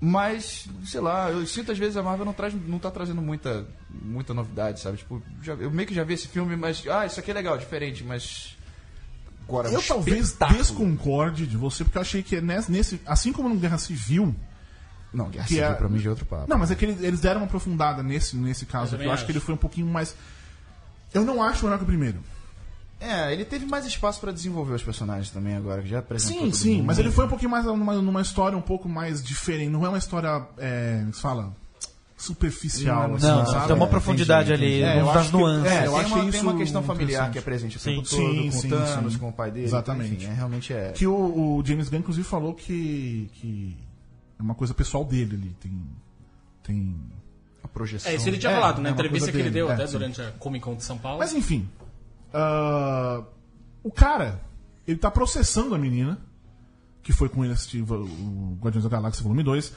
Speaker 6: Mas, sei lá, eu sinto às vezes a Marvel não, traz, não tá trazendo muita, muita novidade, sabe? Tipo, já- eu meio que já vi esse filme, mas. Ah, isso aqui é legal, diferente, mas. Agora,
Speaker 3: Eu
Speaker 6: um
Speaker 3: talvez
Speaker 6: espetáculo.
Speaker 3: desconcorde de você, porque eu achei que nesse, nesse- assim como no Guerra Civil.
Speaker 6: Não, Guerra
Speaker 3: que
Speaker 6: Civil
Speaker 3: é-
Speaker 6: pra mim já é outro papo.
Speaker 3: Não, mas é que eles, eles deram uma aprofundada nesse, nesse caso.
Speaker 5: também
Speaker 3: aqui. Eu acho que
Speaker 5: acho.
Speaker 3: ele foi um pouquinho mais. Eu não acho melhor que o primeiro.
Speaker 6: É, ele teve mais espaço pra desenvolver os personagens também agora, que já apresentou.
Speaker 3: Sim,
Speaker 6: todo
Speaker 3: sim,
Speaker 6: mundo.
Speaker 3: mas ele foi um pouquinho mais numa, numa história um pouco mais diferente. Não é uma história. É, como se fala. superficial.
Speaker 6: Não,
Speaker 3: assim,
Speaker 4: Não,
Speaker 3: sabe?
Speaker 4: tem uma
Speaker 6: É,
Speaker 4: profundidade
Speaker 6: entendi,
Speaker 4: ali,
Speaker 3: É,
Speaker 6: entendi.
Speaker 3: eu
Speaker 4: umas
Speaker 3: acho
Speaker 4: das
Speaker 3: que-
Speaker 4: nuances.
Speaker 3: eu
Speaker 6: É, tem,
Speaker 3: achei
Speaker 6: uma, tem uma
Speaker 3: isso
Speaker 6: questão familiar
Speaker 3: interessante.
Speaker 6: que é presente o
Speaker 4: Sim.
Speaker 6: tempo todo,
Speaker 3: Sim,
Speaker 6: com o
Speaker 3: sim,
Speaker 6: Thanos,
Speaker 3: sim.
Speaker 6: com o pai dele.
Speaker 3: Exatamente.
Speaker 6: Então, enfim, é, realmente é.
Speaker 3: Que o, o James Gunn, inclusive, falou que, que é uma coisa pessoal dele ali. Tem. Tem.
Speaker 6: A projeção.
Speaker 5: É, isso ele tinha
Speaker 3: É,
Speaker 5: falado na
Speaker 3: é uma
Speaker 5: entrevista
Speaker 3: coisa
Speaker 5: que ele
Speaker 3: dele,
Speaker 5: deu
Speaker 6: né?
Speaker 3: é,
Speaker 5: até
Speaker 3: sim.
Speaker 5: durante a Comic Con de São Paulo.
Speaker 3: Mas é enfim. ah, o cara, ele tá processando a menina, que foi com ele assistir va- o Guardiões da Galáxia Volume 2.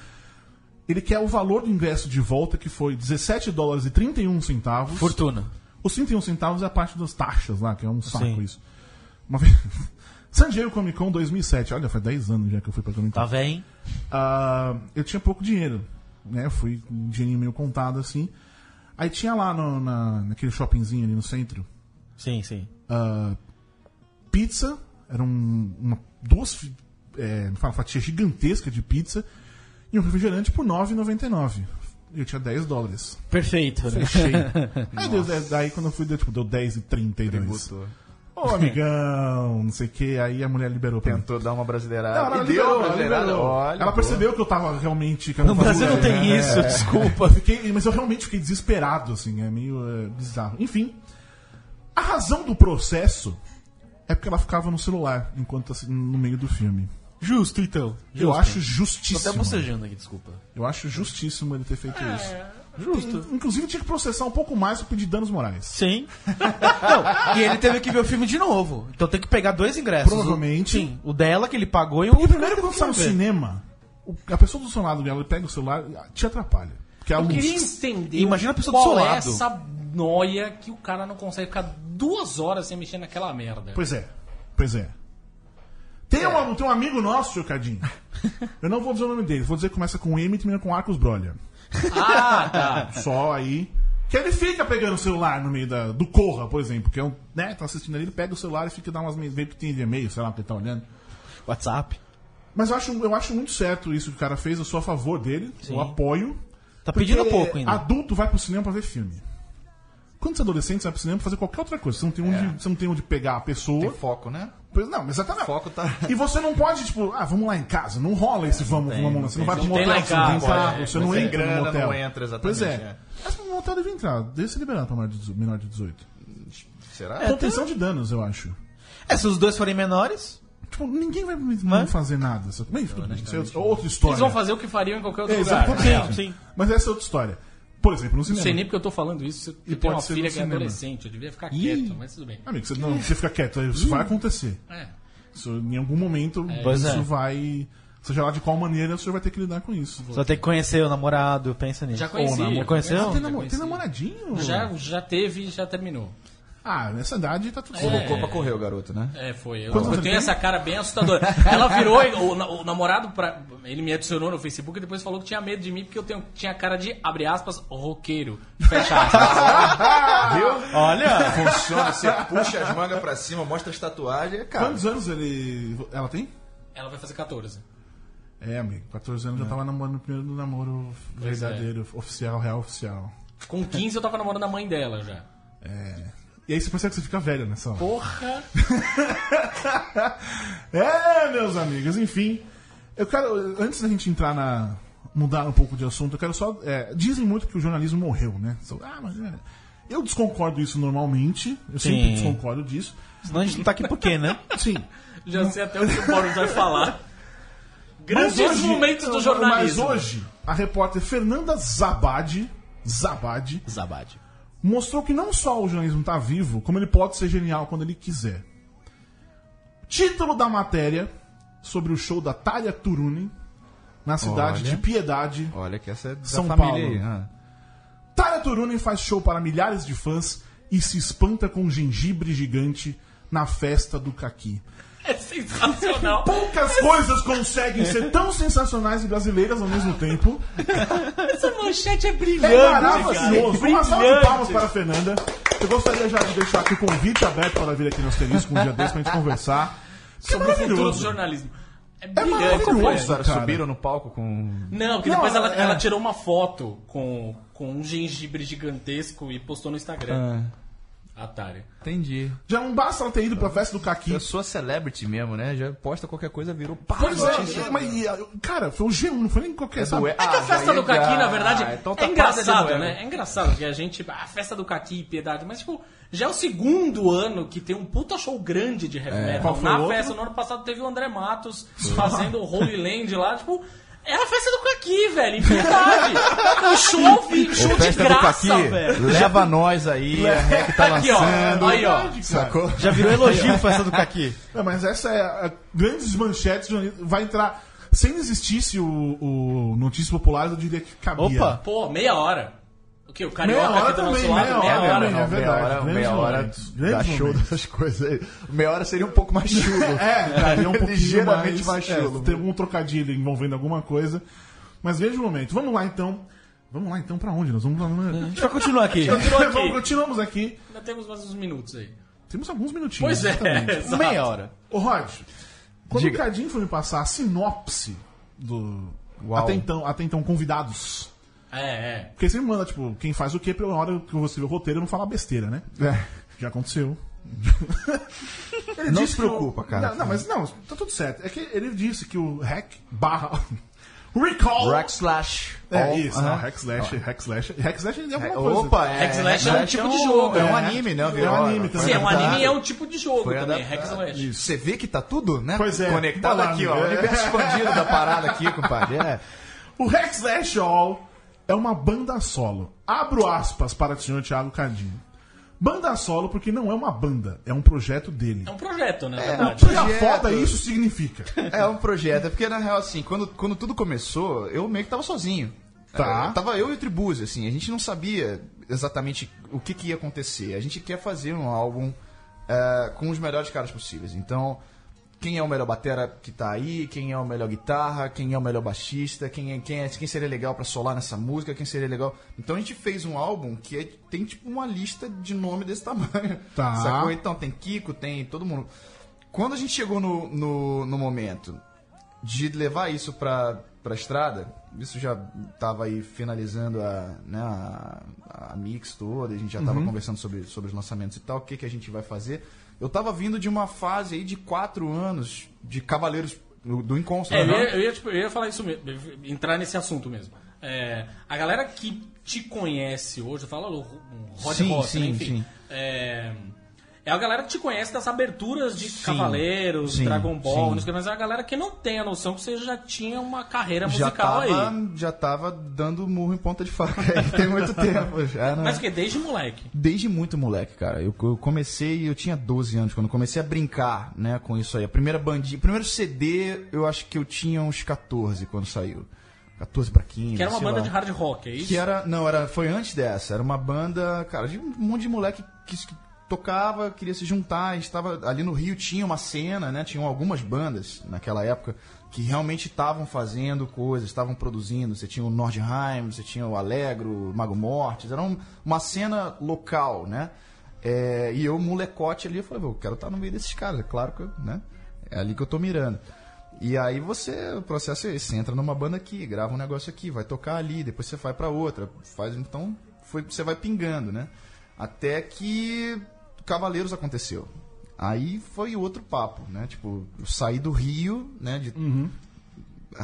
Speaker 3: Ele quer o valor do ingresso de volta, que foi 17 dólares e 31 centavos.
Speaker 4: Fortuna.
Speaker 3: Os 31 centavos é a parte das taxas lá, que é um saco
Speaker 4: Sim.
Speaker 3: isso. Uma vez. San Diego Comic Con 2007, olha, faz 10 anos já que eu fui pra Comic Con.
Speaker 4: Tá vem?
Speaker 3: Ah, eu tinha pouco dinheiro, né? Eu fui com um dinheirinho meio contado assim. Aí tinha lá no, na, naquele shoppingzinho ali no centro
Speaker 4: Sim, sim.
Speaker 3: ah, pizza, eram uma, duas fi- é, uma fatia gigantesca de pizza e um refrigerante por 9,99. Eu tinha 10 dólares.
Speaker 4: Perfeito. né?
Speaker 3: Fechei. Aí deu, daí quando eu fui, deu, tipo, deu 10,32.
Speaker 6: Tributou.
Speaker 3: Ô, amigão, não sei o que. Aí a mulher liberou pra mim.
Speaker 6: Tentou dar Então uma brasileirada.
Speaker 3: Não, ela
Speaker 6: e deu
Speaker 3: liberou,
Speaker 6: uma
Speaker 3: ela
Speaker 6: brasileirada.
Speaker 3: liberou.
Speaker 6: Olha,
Speaker 3: Ela
Speaker 6: boa.
Speaker 3: percebeu que eu tava realmente... Que eu
Speaker 4: No Brasil não tem
Speaker 3: É,
Speaker 4: isso, desculpa.
Speaker 3: eu fiquei- mas eu realmente fiquei desesperado, assim, é meio é, bizarro. Enfim, a razão do processo é porque ela ficava no celular enquanto assim, no meio do filme.
Speaker 4: Justo, então.
Speaker 3: Eu acho
Speaker 4: Tô até
Speaker 3: justíssimo.
Speaker 4: bocejando aqui, desculpa.
Speaker 3: Eu acho justíssimo ele ter feito isso. Justo. Inclusive tinha que processar um pouco mais o pedir danos morais.
Speaker 4: Sim. Não, e ele teve que ver o filme de novo. Então tem que pegar dois ingressos.
Speaker 3: Provavelmente.
Speaker 4: O, sim, o dela que ele pagou e o
Speaker 3: E primeiro
Speaker 4: que
Speaker 3: quando tá no
Speaker 4: ver.
Speaker 3: cinema, o- a pessoa do seu lado dela pega o celular te atrapalha. Porque é a
Speaker 5: Eu
Speaker 3: luz.
Speaker 5: queria entender
Speaker 4: Imagina a pessoa do
Speaker 5: qual
Speaker 4: seu
Speaker 5: é
Speaker 4: lado.
Speaker 5: essa noia que o cara não consegue ficar duas horas sem mexer naquela merda.
Speaker 3: Pois é, pois é.
Speaker 4: É.
Speaker 3: Tem, um, tem um amigo nosso, seu Cadinho. Eu não vou dizer o nome dele, vou dizer que começa com M e termina com Arcos Brolha.
Speaker 5: Ah, tá.
Speaker 3: Só aí. Que ele fica pegando o celular no meio da, do Corra, por exemplo. Que é um, né, tá assistindo ali, ele pega o celular e fica dando umas meio que tem de e-mail, sei lá, porque ele tá olhando.
Speaker 4: WhatsApp.
Speaker 3: Mas eu acho, eu acho muito certo isso que o cara fez, eu sou a favor dele, eu apoio.
Speaker 4: Tá pedindo
Speaker 3: Porque
Speaker 4: pouco ainda.
Speaker 3: Adulto vai pro cinema pra ver filme. Quando você é adolescente, você vai pro cinema pra fazer qualquer outra coisa. Você não tem onde, você não tem onde pegar a pessoa.
Speaker 6: Tem foco, né?
Speaker 3: Pois não, exatamente.
Speaker 6: O foco tá-
Speaker 3: E você não pode, tipo, ah, vamos lá em casa. Não rola esse vamos, vamos lá. Você assim, não vai pro
Speaker 5: Não tem
Speaker 3: motel,
Speaker 5: lá em
Speaker 3: você não tem
Speaker 5: casa,
Speaker 3: carro,
Speaker 6: é.
Speaker 3: você não
Speaker 6: Sem
Speaker 3: entra
Speaker 6: grana,
Speaker 3: no motel.
Speaker 6: não entra, exatamente,
Speaker 3: Pois é.
Speaker 6: é.
Speaker 3: Mas no motel deve entrar, deve ser liberado pra menor de dezo- menor de 18.
Speaker 6: Será?
Speaker 3: Contenção de danos, eu acho.
Speaker 4: É, se os dois forem menores,
Speaker 3: Tipo, ninguém vai me-
Speaker 4: Mas-
Speaker 3: fazer nada. Só- Bem, tudo bem, isso é outra- outra história.
Speaker 5: Eles vão fazer o que fariam em qualquer outro
Speaker 3: É,
Speaker 5: lugar.
Speaker 3: exatamente.
Speaker 4: Sim, sim.
Speaker 3: Mas essa é outra história. Por exemplo, no cinema.
Speaker 5: Não sei nem porque eu tô falando isso.
Speaker 3: E
Speaker 5: Eu tenho uma
Speaker 3: pode ser
Speaker 5: filha
Speaker 3: no
Speaker 5: que é
Speaker 3: cinema.
Speaker 5: adolescente, eu devia ficar
Speaker 4: Ih.
Speaker 5: quieto, mas tudo bem.
Speaker 3: Amigo, você, não, você fica quieto, isso vai acontecer.
Speaker 5: É.
Speaker 3: Isso, em algum momento,
Speaker 4: Pois
Speaker 3: isso
Speaker 4: é.
Speaker 3: vai. Seja lá de qual maneira, você vai ter que lidar com isso.
Speaker 4: é
Speaker 3: Ah,
Speaker 7: Só tem que conhecer o namorado, pensa nisso.
Speaker 5: Já conheci.
Speaker 7: Ou namor-
Speaker 5: já
Speaker 4: um
Speaker 7: Conheceu?
Speaker 3: Tem,
Speaker 5: já
Speaker 3: namo- tem
Speaker 5: conheci.
Speaker 3: namoradinho?
Speaker 5: Já, já teve e já terminou.
Speaker 3: Ah, nessa idade tá tudo
Speaker 5: É.
Speaker 3: certo.
Speaker 6: Copa correu, garoto, né?
Speaker 5: É, foi. Eu,
Speaker 3: Quantos
Speaker 5: eu
Speaker 3: anos
Speaker 5: tenho
Speaker 3: ele
Speaker 5: essa cara bem assustadora. Ela virou, e- o, na- o namorado, pra, ele me adicionou no Facebook e depois falou que tinha medo de mim porque eu tenho, tinha cara de, abre aspas, roqueiro. Fecha aspas.
Speaker 6: Viu?
Speaker 7: Olha!
Speaker 6: Funciona, você puxa as mangas pra cima, mostra as tatuagens, é cara.
Speaker 3: Quantos anos ele, ela tem?
Speaker 5: Ela vai fazer 14.
Speaker 3: É, amigo, 14 anos já tava namorando o primeiro namoro verdadeiro,
Speaker 5: é.
Speaker 3: oficial, real oficial.
Speaker 5: Com 15 eu tava namorando a mãe dela já.
Speaker 3: É. E aí você percebe que você fica velho nessa hora.
Speaker 5: Porra!
Speaker 3: É, meus amigos, enfim. Eu quero, antes da gente entrar na. mudar um pouco de assunto, eu quero só. é, dizem muito que o jornalismo morreu, né? So- Ah, mas. é. Eu desconcordo isso normalmente, eu sempre
Speaker 7: Sim.
Speaker 3: desconcordo disso.
Speaker 7: Senão a gente não tá aqui por quê, né?
Speaker 3: Sim.
Speaker 5: Já sei até o que o Boris vai falar. Grandes
Speaker 3: Mas hoje-
Speaker 5: momentos do jornalismo.
Speaker 3: Mas hoje, a repórter Fernanda Zabad, Zabad,
Speaker 4: Zabad.
Speaker 3: mostrou que não só o jornalismo está vivo, como ele pode ser genial quando ele quiser. Título da matéria sobre o show da Talha Turunen na cidade
Speaker 6: Olha.
Speaker 3: de Piedade.
Speaker 6: Olha que essa é da
Speaker 3: São
Speaker 6: família
Speaker 3: Paulo.
Speaker 6: aí, né?
Speaker 3: Talha Turunen faz show para milhares de fãs e se espanta com um gengibre gigante na festa do caqui.
Speaker 5: É sensacional.
Speaker 3: Poucas coisas conseguem ser tão sensacionais e brasileiras ao mesmo tempo.
Speaker 5: Essa manchete é brilhante.
Speaker 3: É
Speaker 5: cara.
Speaker 3: maravilhoso. Uma salva de
Speaker 5: Brilhante.
Speaker 3: palmas para a Fernanda. Eu gostaria já de deixar aqui o convite aberto para vir aqui no Asterisco um dia desse pra gente conversar. Que
Speaker 5: Sobre o futuro do
Speaker 3: É maravilhoso.
Speaker 5: jornalismo. É
Speaker 3: maravilhoso.
Speaker 5: brilhante.
Speaker 6: Como foi a
Speaker 3: Cara.
Speaker 6: história? Subiram no palco com.
Speaker 5: Não, porque
Speaker 3: Não,
Speaker 5: depois ela,
Speaker 3: é.
Speaker 5: ela tirou uma foto com, com um gengibre gigantesco e postou no Instagram.
Speaker 6: Ah.
Speaker 5: Atário.
Speaker 6: Entendi.
Speaker 3: Já não basta ela ter ido pra festa do Caqui.
Speaker 6: Eu sou celebrity mesmo, né? Já posta qualquer coisa, virou pá,
Speaker 3: Pois
Speaker 6: notícia.
Speaker 3: é, mas, e, cara, foi o G1, não foi nem qualquer.
Speaker 6: do-
Speaker 3: Sabe?
Speaker 5: É que a festa do Caqui, na verdade,
Speaker 6: Ah, então tá
Speaker 5: é engraçado,
Speaker 6: quase no
Speaker 5: né?
Speaker 6: ego.
Speaker 5: É engraçado que a gente. A festa do Caqui e Piedade, mas, tipo, já é o segundo ano que tem um puta show grande de
Speaker 6: É.
Speaker 5: heavy metal.
Speaker 3: Qual foi
Speaker 5: Na
Speaker 3: o outro?
Speaker 5: festa, no ano passado, teve o André Matos fazendo o Holy Land lá, tipo. É a festa do Caqui, velho, em Piedade. o show ao vivo, show
Speaker 6: Ô,
Speaker 5: de
Speaker 6: festa do
Speaker 5: graça, velho.
Speaker 6: Caqui, leva nós aí, é. a REC tá
Speaker 5: Aqui, ó.
Speaker 6: lançando.
Speaker 5: Aí, ó.
Speaker 3: Verdade, cara.
Speaker 6: Sacou?
Speaker 7: Já virou elogio festa do Caqui.
Speaker 3: Não, mas essa é a a grandes manchetes. Vai entrar. Se não existisse o, o Notícias Populares, eu diria que cabia.
Speaker 7: Opa.
Speaker 5: Pô, meia hora. O que? O
Speaker 3: Meia
Speaker 5: Carioca
Speaker 3: hora
Speaker 5: aqui tá do nosso
Speaker 3: também,
Speaker 5: lado,
Speaker 3: meia hora.
Speaker 5: meia hora.
Speaker 3: também, é verdade. Grandes momentos,
Speaker 6: dá
Speaker 3: grandes
Speaker 6: show
Speaker 3: momentos.
Speaker 6: dessas coisas aí. Meia hora seria um pouco mais chulo.
Speaker 3: É, daria um pouquinho mais,
Speaker 6: Ligeiramente mais
Speaker 3: é,
Speaker 6: chulo. né?
Speaker 3: Tem um trocadilho envolvendo alguma coisa. Mas veja o momento. Vamos lá então. Vamos lá então pra onde? Nós vamos lá.
Speaker 7: A gente vai continuar aqui.
Speaker 5: Continua Hum. aqui.
Speaker 3: Vamos, continuamos aqui.
Speaker 5: Ainda temos mais uns minutos aí.
Speaker 3: Temos alguns minutinhos.
Speaker 5: Pois é,
Speaker 3: exatamente.
Speaker 5: exato.
Speaker 7: Meia hora.
Speaker 3: Ô Rod, quando
Speaker 6: Diga.
Speaker 3: o Cadinho foi me passar a sinopse do.
Speaker 6: Uau.
Speaker 3: Até então, até então, convidados.
Speaker 5: É, é.
Speaker 3: Porque você me manda, tipo, quem faz o quê, pela hora que você vê o roteiro eu não falar besteira, né?
Speaker 6: É.
Speaker 3: Já aconteceu. Ele
Speaker 6: Não
Speaker 3: disse
Speaker 6: se
Speaker 3: que o-
Speaker 6: preocupa, cara.
Speaker 3: Não, não, mas não, tá tudo certo. É que ele disse que o hack barra. Recall!
Speaker 6: Rack slash.
Speaker 3: É
Speaker 6: All,
Speaker 3: isso,
Speaker 6: aham.
Speaker 3: não, hack slash, hack slash. Hack slash é alguma coisa.
Speaker 6: Opa, é.
Speaker 5: Hack slash é um tipo de
Speaker 6: um-
Speaker 5: jogo,
Speaker 6: É um
Speaker 3: né?
Speaker 6: anime, né?
Speaker 3: É um anime também.
Speaker 5: Sim, é um
Speaker 3: adaptado.
Speaker 5: anime e é um tipo de jogo
Speaker 6: Foi
Speaker 5: também,
Speaker 6: adaptado.
Speaker 5: Hack Slash.
Speaker 3: Isso.
Speaker 6: Você vê que tá tudo, né?
Speaker 3: Pois é.
Speaker 6: Conectado
Speaker 3: Olha lá,
Speaker 6: aqui, ó.
Speaker 3: né?
Speaker 6: O universo expandido da parada aqui, compadre. É.
Speaker 3: O hack slash all é uma banda solo. Abro aspas para o senhor Thiago Cadinho. Banda solo porque não é uma banda, é um projeto dele.
Speaker 5: É um projeto, na
Speaker 3: O
Speaker 5: verdade.
Speaker 3: que a
Speaker 6: projeto.
Speaker 3: foda isso significa?
Speaker 6: É um projeto, é porque na real, assim, quando, quando tudo começou, eu meio que tava sozinho.
Speaker 3: Tá.
Speaker 6: É, tava eu e o Tribuzzi, assim, a gente não sabia exatamente o que, que ia acontecer. A gente quer fazer um álbum é, com os melhores caras possíveis. Então, quem é o melhor batera que tá aí, quem é o melhor guitarra, quem é o melhor baixista, quem, é, quem, é- quem seria legal pra solar nessa música, quem seria legal. Então a gente fez um álbum que é- tem tipo uma lista de nome desse tamanho.
Speaker 3: Tá.
Speaker 6: Sacou? Então tem Kiko, tem todo mundo. Quando a gente chegou no, no, no momento de levar isso pra, pra estrada, isso já tava aí finalizando a, né, a, a mix toda, a gente já tava
Speaker 5: Uhum.
Speaker 6: conversando sobre, sobre os lançamentos e tal, o que, que a gente vai fazer. Eu tava vindo de uma fase aí de quatro anos de Cavaleiros do, né? do Inconsta.
Speaker 5: É, eu, ia, eu ia, tipo, eu ia falar isso mesmo, eu ia entrar nesse assunto mesmo. É, a galera que te conhece hoje, fala o Rod
Speaker 6: Sim,
Speaker 5: Ross, né,
Speaker 6: sim,
Speaker 5: enfim.
Speaker 6: sim.
Speaker 5: é, É a galera que te conhece das aberturas de
Speaker 7: Sim,
Speaker 5: Cavaleiros,
Speaker 7: sim,
Speaker 5: Dragon Ball,
Speaker 7: sim.
Speaker 5: não sei o que, mas é a galera que não tem a noção que você já tinha uma carreira
Speaker 6: Já
Speaker 5: é musical
Speaker 6: tava,
Speaker 5: aí.
Speaker 6: já tava dando murro em ponta de faca aí tem muito tempo já, né?
Speaker 5: Mas o que? Desde moleque.
Speaker 6: Desde muito moleque, cara. Eu, eu comecei, eu tinha 12 anos quando eu comecei a brincar, né, com isso aí. A primeira bandinha, o primeiro CD, eu acho que eu tinha uns 14 quando saiu. 14 pra 15,
Speaker 5: Que era uma
Speaker 6: sei
Speaker 5: banda
Speaker 6: lá.
Speaker 5: de hard rock, é isso?
Speaker 6: Que era, não, era, foi antes dessa. Era uma banda, cara, de um monte de moleque que, que tocava, queria se juntar. Estava ali no Rio tinha uma cena, né? Tinham algumas bandas naquela época que realmente estavam fazendo coisas, estavam produzindo. Você tinha o Nordheim, você tinha o Alegro, o Mago Mortis. Era um- uma cena local, né? É, e eu, molecote ali, eu falei, "Pô, eu quero estar no meio desses caras, é claro que eu, né? É ali que eu tô mirando. E aí você, o processo é esse, você entra numa banda aqui, grava um negócio aqui, vai tocar ali, depois você vai pra outra, faz então, foi, você vai pingando, né? Até que Cavaleiros aconteceu. Aí foi outro papo, né? Tipo, eu saí do Rio, né, de
Speaker 3: Uhum.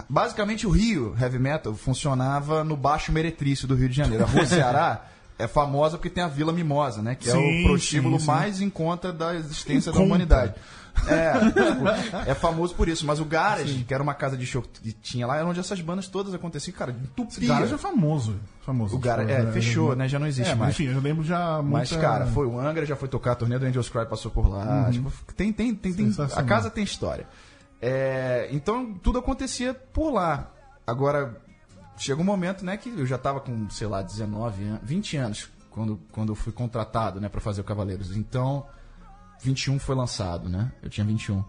Speaker 6: basicamente o Rio Heavy Metal funcionava no Baixo Meretrício do Rio de Janeiro. A rua Ceará é famosa porque tem a Vila Mimosa, né? Que é
Speaker 3: Sim,
Speaker 6: o prostíbulo
Speaker 3: sim, sim.
Speaker 6: mais em conta da existência
Speaker 3: Em
Speaker 6: da
Speaker 3: conta.
Speaker 6: humanidade. É, tipo, é famoso por isso. Mas o Garage, que era uma casa de show que tinha lá, era onde essas bandas todas aconteciam, cara,
Speaker 3: Esse
Speaker 6: entupia.
Speaker 3: cara já é famoso. famoso
Speaker 6: O Garage, é, fechou, né? Já não existe
Speaker 3: É, mas
Speaker 6: mais.
Speaker 3: enfim, eu lembro já
Speaker 6: Mas,
Speaker 3: muita- Uhum.
Speaker 6: cara, foi o Angra, já foi tocar a turnê do Angels Cry, passou por lá. Tipo, tem, tem, tem, tem- A
Speaker 3: Sensacional.
Speaker 6: casa tem história. É, então, tudo acontecia por lá. Agora, chega um momento, né, que eu já tava com, sei lá, 19, an- 20 anos quando, quando eu fui contratado, né, pra fazer o Cavaleiros. Então, 21 foi lançado, né? Eu tinha 21.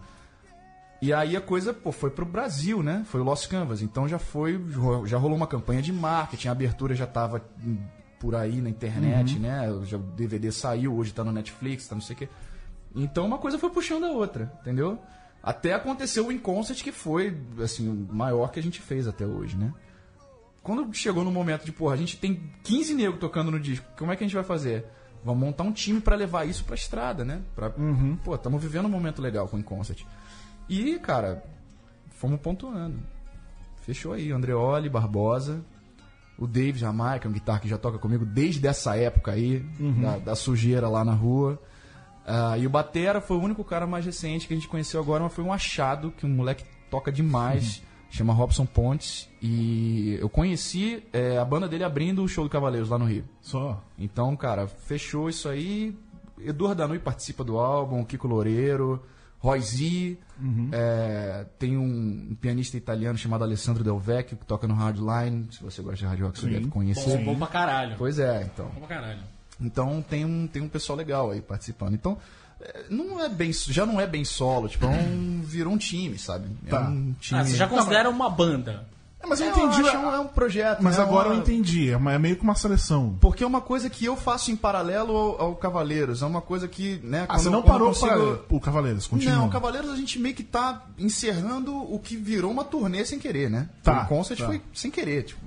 Speaker 6: E aí a coisa, pô, foi pro Brasil, né? Foi o Lost Canvas. Então já foi, já rolou uma campanha de marketing, a abertura já tava hum, por aí na internet, né? Já o DVD saiu, hoje tá no Netflix, tá não sei o quê. Então uma coisa foi puxando a outra, entendeu? Até aconteceu o In Concert, que foi, assim, o maior que a gente fez até hoje, né? Quando chegou no momento de, porra, a gente tem 15 negros tocando no disco, como é que a gente vai fazer? Vamos montar um time pra levar isso pra estrada, né? Pra, Pô, estamos vivendo um momento legal com o In Concert. E, cara, fomos pontuando. Fechou aí, Andreoli, Barbosa, o Dave Jamaica, um guitarra que já toca comigo desde essa época aí, da, da sujeira lá na rua. Ah, e o Batera foi o único cara mais recente que a gente conheceu agora, mas foi um achado que um moleque toca demais, chama Robson Pontes. E eu conheci eh, a banda dele abrindo o show do Cavaleiros lá no Rio.
Speaker 3: Só.
Speaker 6: Então, cara, fechou isso aí. Eduardo Danui participa do álbum, Kiko Loureiro, Roy Z.
Speaker 3: Uhum.
Speaker 6: é, tem um pianista italiano chamado Alessandro Del Vecchio que toca no Hardline. Se você gosta de hard rock, você
Speaker 3: Sim.
Speaker 6: deve conhecer.
Speaker 5: Bom, bom pra caralho.
Speaker 6: Pois é, então.
Speaker 5: Bom pra caralho.
Speaker 6: Então tem um, tem um pessoal legal aí participando. Então, é, não é bem, já não é bem solo, tipo, é um, virou um time, sabe? É
Speaker 3: Tá.
Speaker 6: um time.
Speaker 5: Ah, você já
Speaker 6: Não, mas-
Speaker 5: considera uma banda.
Speaker 3: É, mas eu
Speaker 6: É,
Speaker 3: entendi.
Speaker 6: eu acho um- é um projeto.
Speaker 3: Mas
Speaker 6: né?
Speaker 3: agora
Speaker 6: Uma-
Speaker 3: eu entendi. É uma- é meio que uma seleção.
Speaker 6: Porque é uma coisa que eu faço em paralelo ao, ao Cavaleiros. É uma coisa que, né?
Speaker 3: Ah,
Speaker 6: quando-
Speaker 3: você não
Speaker 6: quando
Speaker 3: parou
Speaker 6: eu consigo-
Speaker 3: para o Cavaleiros, continua.
Speaker 6: Não, Cavaleiros a gente meio que tá encerrando o que virou uma turnê sem querer, né?
Speaker 3: Tá,
Speaker 6: O concert
Speaker 3: tá. Uhum.
Speaker 6: foi sem querer, tipo.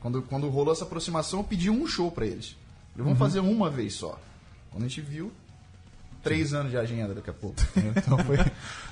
Speaker 6: Quando, quando rolou essa aproximação, eu pedi um show pra eles. Eles
Speaker 3: Uhum.
Speaker 6: vão fazer uma vez só. Quando a gente viu, três anos de agenda daqui a pouco. Então foi.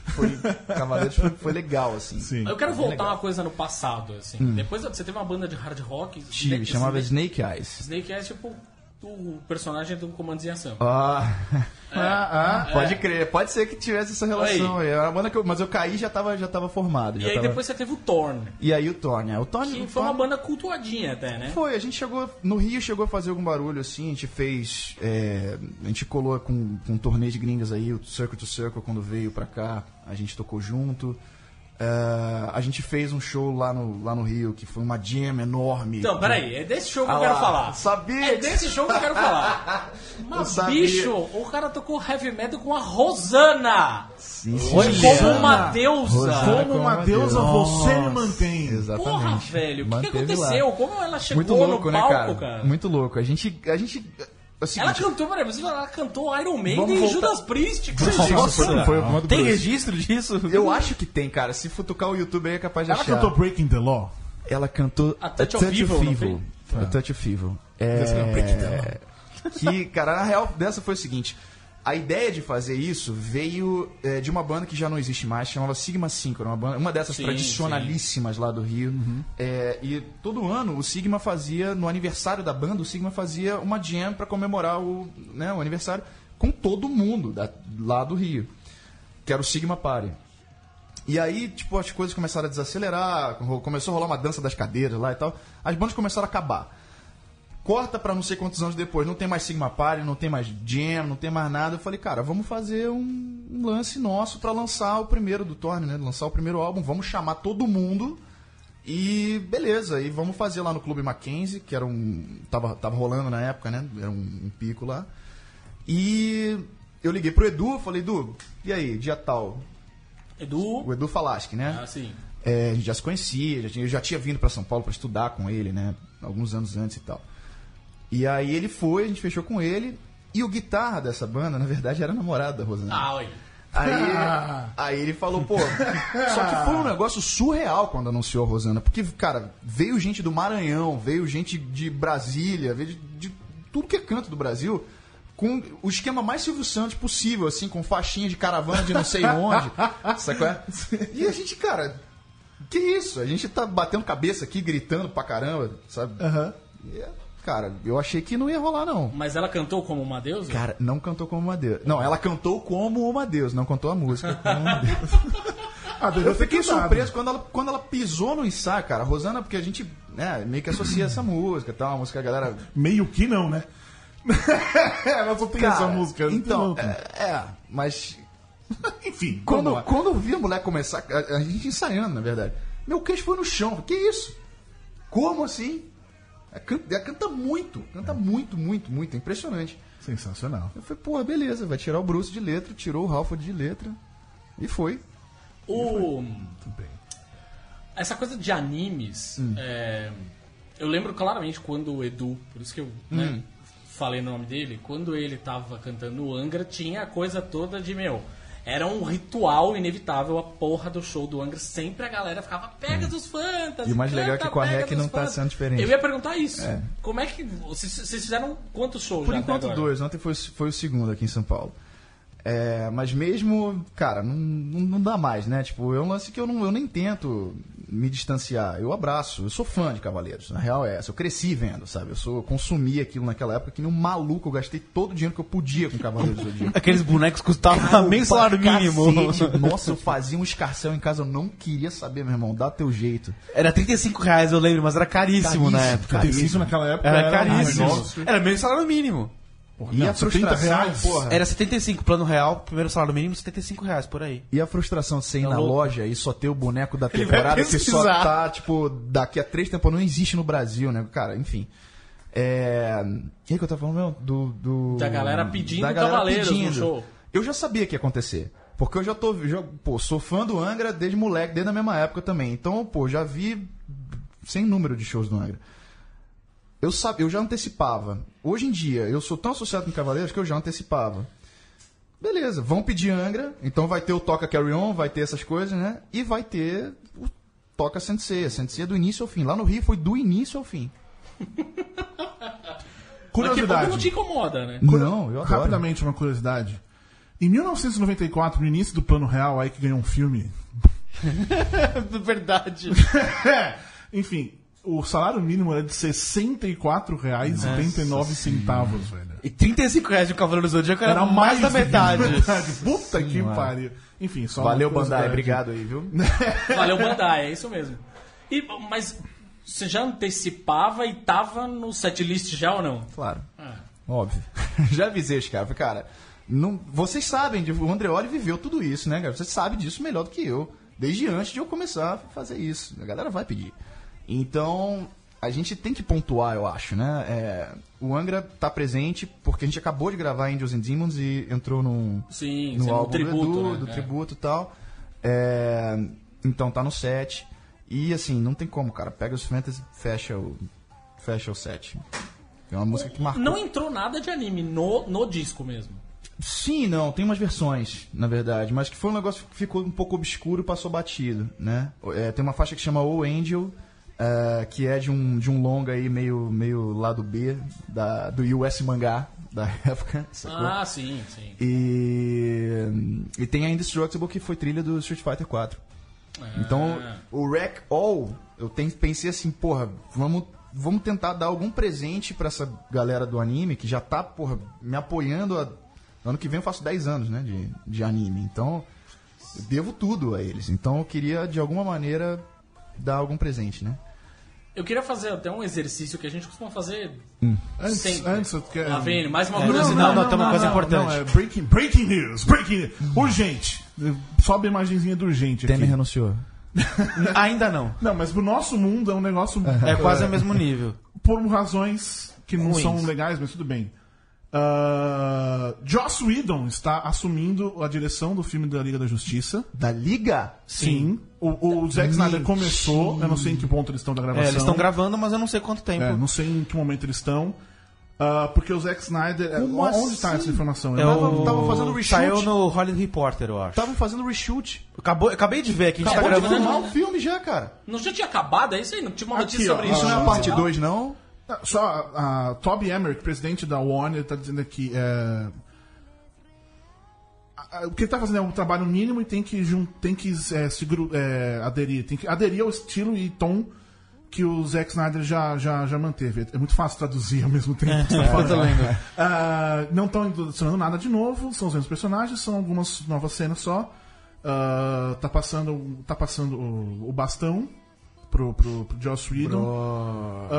Speaker 6: foi Cavaleiros foi, foi legal, assim.
Speaker 3: Sim.
Speaker 5: Eu quero
Speaker 6: Bem
Speaker 5: voltar
Speaker 6: legal. Hum.
Speaker 5: uma coisa no passado, assim. Depois você teve uma banda de hard rock.
Speaker 6: Tive,
Speaker 5: Sna-
Speaker 6: chamava
Speaker 5: Snake.
Speaker 6: Snake Eyes.
Speaker 5: Snake é tipo o personagem do Comandos em Ação.
Speaker 6: Ah, ah, ah, pode crer, pode ser que tivesse essa relação
Speaker 5: Aí.
Speaker 6: aí. Era uma banda que eu- mas eu caí e já tava, já tava formado.
Speaker 5: E
Speaker 6: já
Speaker 5: aí
Speaker 6: tava-
Speaker 5: depois você teve o Thorn.
Speaker 6: E aí o Tony, é, o Tony
Speaker 5: Que
Speaker 6: o
Speaker 5: foi uma
Speaker 6: Tony-
Speaker 5: banda cultuadinha até, né?
Speaker 6: Foi, a gente chegou. No Rio chegou a fazer algum barulho assim, a gente fez. é, a gente colou com, com um torneio de gringas aí, o Circle to Circle, quando veio pra cá, a gente tocou junto. É, a gente fez um show lá no, lá no Rio, que foi uma jam enorme.
Speaker 5: Então, peraí, é desse show que
Speaker 6: Ah
Speaker 5: eu quero
Speaker 6: lá,
Speaker 5: falar.
Speaker 6: sabia
Speaker 5: É
Speaker 6: que-
Speaker 5: desse show que eu quero falar.
Speaker 6: Eu
Speaker 5: Mas,
Speaker 6: sabia.
Speaker 5: bicho, o cara tocou heavy metal com a Rosana.
Speaker 6: Sim, sim.
Speaker 5: Como uma deusa.
Speaker 6: Rosana.
Speaker 3: Como uma
Speaker 6: Como
Speaker 3: deusa,
Speaker 6: uma
Speaker 3: você me
Speaker 6: deusa.
Speaker 3: mantém.
Speaker 6: Exatamente.
Speaker 5: Porra, velho, o que, que
Speaker 6: Manteve lá.
Speaker 5: aconteceu? Como ela chegou
Speaker 6: Muito louco,
Speaker 5: no
Speaker 6: né,
Speaker 5: palco,
Speaker 6: cara? Muito louco. A gente. A gente é o
Speaker 5: Ela
Speaker 6: seguinte,
Speaker 5: cantou, peraí, mas ela cantou Iron Maiden
Speaker 6: Vamos
Speaker 5: e
Speaker 6: voltar.
Speaker 5: Judas Priest. que
Speaker 6: Nossa,
Speaker 5: negócio-
Speaker 6: foi- foi uma do
Speaker 7: Tem
Speaker 6: Bruce.
Speaker 7: registro disso?
Speaker 6: Eu acho que tem, cara. Se for tocar o YouTube aí é capaz de
Speaker 3: Ela
Speaker 6: achar.
Speaker 3: cantou Breaking the Law.
Speaker 6: Ela cantou
Speaker 5: A Touch of Evil, não
Speaker 6: A Touch of Evil.
Speaker 3: Esse é o break
Speaker 6: É...
Speaker 3: dela.
Speaker 6: que, cara, na real, dessa foi o seguinte. A ideia de fazer isso veio é, de uma banda que já não existe mais, chamava Sigma 5, era uma, banda, uma dessas
Speaker 5: Sim,
Speaker 6: tradicionalíssimas lá do Rio. É, e todo ano o Sigma fazia, no aniversário da banda, o Sigma fazia uma jam pra comemorar o, né, o aniversário. com todo mundo da- lá do Rio, que era o Sigma Party. E aí, tipo, as coisas começaram a desacelerar, ro- começou a rolar uma dança das cadeiras lá e tal. As bandas começaram a acabar. Corta pra não sei quantos anos depois, não tem mais Sigma Party, não tem mais Jam, não tem mais nada. Eu falei, cara, vamos fazer um um lance nosso pra lançar o primeiro do Torne, né? Lançar o primeiro álbum, vamos chamar todo mundo e beleza, e vamos fazer lá no Clube Mackenzie, que era um. tava, tava rolando na época, né? Era um, um pico lá. E eu liguei pro Edu, falei, Edu, e aí, dia tal?
Speaker 5: Edu.
Speaker 6: O Edu Falaschi, né?
Speaker 5: Ah, sim.
Speaker 6: É, a gente já se conhecia, já tinha- eu já tinha vindo pra São Paulo pra estudar com ele, né? Alguns anos antes e tal. E aí ele foi, a gente fechou com ele. E o guitarra dessa banda, na verdade, era namorada da Rosana.
Speaker 5: Ah, olha.
Speaker 6: Aí,
Speaker 3: Ah.
Speaker 6: aí ele falou, pô. Só que foi um negócio surreal quando anunciou a Rosana. Porque, cara, veio gente do Maranhão, veio gente de Brasília, veio de, de tudo que é canto do Brasil. Com o esquema mais Silvio Santos possível, assim, com faixinha de caravana de não sei onde. sabe qual é? E a gente, cara, que isso? A gente tá batendo cabeça aqui, gritando pra caramba, sabe?
Speaker 3: Aham.
Speaker 6: E, cara, eu achei que não ia rolar, não.
Speaker 5: Mas ela cantou como uma deusa?
Speaker 6: Cara, não cantou como uma deusa. Não, ela cantou como uma deusa, não cantou a música como uma deusa.
Speaker 3: Ah,
Speaker 6: Eu fiquei
Speaker 3: cantado.
Speaker 6: surpreso quando ela, quando ela pisou no ensaio, cara. A Rosana, porque a gente né, meio que associa essa música e tal, uma música que a galera.
Speaker 3: Meio que não, né?
Speaker 6: É,
Speaker 3: Ela só tem essa
Speaker 6: Cara,
Speaker 3: música. não tem
Speaker 6: Então,
Speaker 3: outra.
Speaker 6: é, é, mas.
Speaker 3: enfim, vamos
Speaker 6: Quando,
Speaker 3: lá.
Speaker 6: quando eu vi a mulher começar, a, a gente ensaiando, na verdade. Meu queixo foi no chão. Que isso? Como assim? Ela can- ela canta, muito, canta muito, muito, muito. É impressionante.
Speaker 3: Sensacional.
Speaker 6: Eu falei, porra, beleza, vai tirar o Bruce de letra, tirou o Halford de letra. E foi.
Speaker 5: O...
Speaker 3: Muito bem.
Speaker 5: Essa coisa de animes,
Speaker 6: Hum.
Speaker 5: é, eu lembro claramente quando o Edu, por isso que eu
Speaker 6: Hum.
Speaker 5: né, falei o nome dele, quando ele tava cantando o Angra, tinha a coisa toda de, meu, era um ritual inevitável a porra do show do Angra. Sempre a galera ficava, pega dos fantas.
Speaker 6: Hum." E o mais legal é que com a
Speaker 5: pega
Speaker 6: Rec
Speaker 5: dos
Speaker 6: não tá
Speaker 5: fantas."
Speaker 6: sendo diferente.
Speaker 5: Eu ia perguntar isso. Como é que. Vocês vocês fizeram quantos shows
Speaker 6: Por
Speaker 5: já até
Speaker 6: enquanto,
Speaker 5: agora?
Speaker 6: dois. Ontem foi, foi o segundo aqui em São Paulo. É, mas mesmo, cara, não, não, não dá mais, né? Tipo, é um lance que eu, não, eu nem tento me distanciar. Eu abraço, eu sou fã de Cavaleiros, na real é essa. Eu cresci vendo, sabe? Eu, sou, eu consumi aquilo naquela época que nem um maluco. Eu gastei todo o dinheiro que eu podia com Cavaleiros do Zodíaco.
Speaker 7: Aqueles bonecos custavam meio salário
Speaker 6: Pra
Speaker 7: mínimo.
Speaker 6: cacete. Nossa, eu fazia um escarcel em casa, eu não queria saber, meu irmão. Dá teu jeito.
Speaker 7: Era 35 reais, eu lembro, mas era caríssimo, na época.
Speaker 3: Ter isso naquela
Speaker 4: É
Speaker 3: época
Speaker 7: Era
Speaker 3: um
Speaker 7: caríssimo.
Speaker 3: negócio-
Speaker 7: Era meio salário mínimo.
Speaker 3: Porra,
Speaker 6: E
Speaker 3: não,
Speaker 6: a
Speaker 3: 70
Speaker 6: frustração,
Speaker 3: reais?
Speaker 6: porra.
Speaker 7: Era 75, plano real, primeiro salário mínimo, 75 reais, por aí.
Speaker 6: E a frustração de você ir
Speaker 7: Tá
Speaker 6: na
Speaker 7: louco.
Speaker 6: loja e só ter o boneco da
Speaker 7: vai
Speaker 6: temporada que só
Speaker 7: pesquisar.
Speaker 6: tá, tipo, daqui a três temporadas não existe no Brasil, né? Cara, enfim. É. O que, é que eu tava falando mesmo? Do, do-
Speaker 5: Da galera
Speaker 6: Hum,
Speaker 5: pedindo Cavaleiros no show.
Speaker 6: Eu já sabia que ia acontecer. Porque eu já tô. Já, pô, sou fã do Angra desde moleque, desde a mesma época também. Então, pô, já vi sem número de shows do Angra. Eu, sabia, eu já antecipava. Hoje em dia, eu sou tão associado com Cavaleiros que eu já antecipava. Beleza, vão pedir Angra, então vai ter o Toca Carry On, vai ter essas coisas, né? E vai ter o Toca Sensei. A Sensei é do início ao fim. Lá no Rio foi do início ao fim.
Speaker 5: Mas que pouco não te
Speaker 3: Curiosidade.
Speaker 5: incomoda, né?
Speaker 6: Não, eu adoro.
Speaker 3: Rapidamente, uma curiosidade. Em 1994, no início do Plano Real, aí que ganhou um filme.
Speaker 7: Verdade.
Speaker 3: É, Enfim, o salário mínimo era de R$ 64,89, velho.
Speaker 7: E 35 reais de um Cavaleiro do Zodíaco era,
Speaker 3: Era
Speaker 7: mais
Speaker 3: mais
Speaker 7: da
Speaker 3: do que
Speaker 7: metade.
Speaker 3: Puta que pariu. Enfim, só uma
Speaker 6: Valeu,
Speaker 3: curiosidade.
Speaker 6: Bandai. Obrigado aí, viu?
Speaker 5: Valeu, Bandai, é isso mesmo. E, mas você já antecipava e tava no setlist já ou não?
Speaker 6: Claro. Óbvio. Já avisei os caras. falei, Cara, não, vocês sabem, de- o Andreoli viveu tudo isso, né, cara? Você sabe disso melhor do que eu. Desde antes de eu começar a fazer isso. A galera vai pedir. Então, a gente tem que pontuar, eu acho, né? É, o Angra tá presente porque a gente acabou de gravar Angels and Demons e entrou num,
Speaker 5: Sim,
Speaker 6: no
Speaker 5: sim,
Speaker 6: álbum do, Edu,
Speaker 5: né?
Speaker 6: do
Speaker 5: É.
Speaker 6: tributo e tal. É, então tá no set. E assim, não tem como, cara. Pega os Fantasy e fecha o, fecha o set. É uma música que marcou.
Speaker 5: Não entrou nada de anime no, no disco mesmo.
Speaker 6: Sim, não, tem umas versões, na verdade, mas que foi um negócio que ficou um pouco obscuro e passou batido, né? É, tem uma faixa que chama O Angel, eh, que é de um, de um longa aí meio, meio lado B da, do US Mangá da época, sacou?
Speaker 5: Ah, sim, sim.
Speaker 6: E, e tem a Indestructible, que foi trilha do Street Fighter 4.
Speaker 5: Ah.
Speaker 6: Então, o Wreck All, eu ten- pensei assim, porra, vamos, vamos tentar dar algum presente pra essa galera do anime que já tá, porra, me apoiando há, há Ano que vem eu faço 10 anos, né, de, de anime. Então, eu devo tudo a eles. Então, eu queria, de alguma maneira, dar algum presente, né?
Speaker 5: Eu queria fazer até um exercício que a gente costuma fazer
Speaker 3: Antes,
Speaker 5: sempre.
Speaker 3: antes eu quero...
Speaker 5: Lá vem ele, mais uma
Speaker 4: É.
Speaker 5: curiosidade.
Speaker 4: Não, não, tem uma coisa importante.
Speaker 3: é breaking, breaking news, breaking news. Urgente. Sobe a imagenzinha do urgente aqui.
Speaker 6: Temer renunciou.
Speaker 4: Ainda não.
Speaker 3: Não, mas pro nosso mundo é um negócio...
Speaker 4: É quase o mesmo nível.
Speaker 3: Por razões que não
Speaker 4: Ruins.
Speaker 3: são legais, mas tudo bem. Ah, Joss Whedon está assumindo a direção do filme da Liga da Justiça.
Speaker 6: Da Liga?
Speaker 3: Sim. O, o Zack Snyder começou, eu não sei em que ponto eles estão da gravação.
Speaker 4: É, eles estão gravando, mas eu não sei quanto tempo.
Speaker 3: É, não sei em que momento eles estão. Ah, porque o Zack Snyder. é,
Speaker 6: Como
Speaker 3: onde
Speaker 6: assim?
Speaker 3: está essa informação?
Speaker 4: É
Speaker 3: Não-
Speaker 6: tava- tava fazendo reshoot.
Speaker 4: Saiu no Hollywood Reporter, eu acho.
Speaker 6: Estavam fazendo reshoot.
Speaker 4: Acabou, acabei de ver aqui, a gente
Speaker 5: Acabou
Speaker 4: tá
Speaker 5: de
Speaker 4: gravando.
Speaker 5: ver,
Speaker 6: Não, o filme já, cara.
Speaker 5: Não já tinha acabado, é isso aí? Não tinha uma notícia
Speaker 3: Aqui, ó,
Speaker 5: sobre isso?
Speaker 6: Isso não é a
Speaker 5: no
Speaker 6: parte
Speaker 5: final?
Speaker 6: 2, não?
Speaker 3: Ah, Só a, a Toby Emmerich, presidente da Warner, está dizendo aqui. é, a- a- O que ele está fazendo é um trabalho mínimo e tem que, jun... tem que é, se gru- é, aderir. Tem que aderir ao estilo e tom que o Zack Snyder já, já, já manteve. É muito fácil traduzir ao mesmo tempo. que você tá falando. Ah, não estão adicionando nada de novo, são os mesmos personagens, são algumas novas cenas só. Ah, tá passando, tá passando o, o bastão pro, pro, pro Joss Whedon. Ah,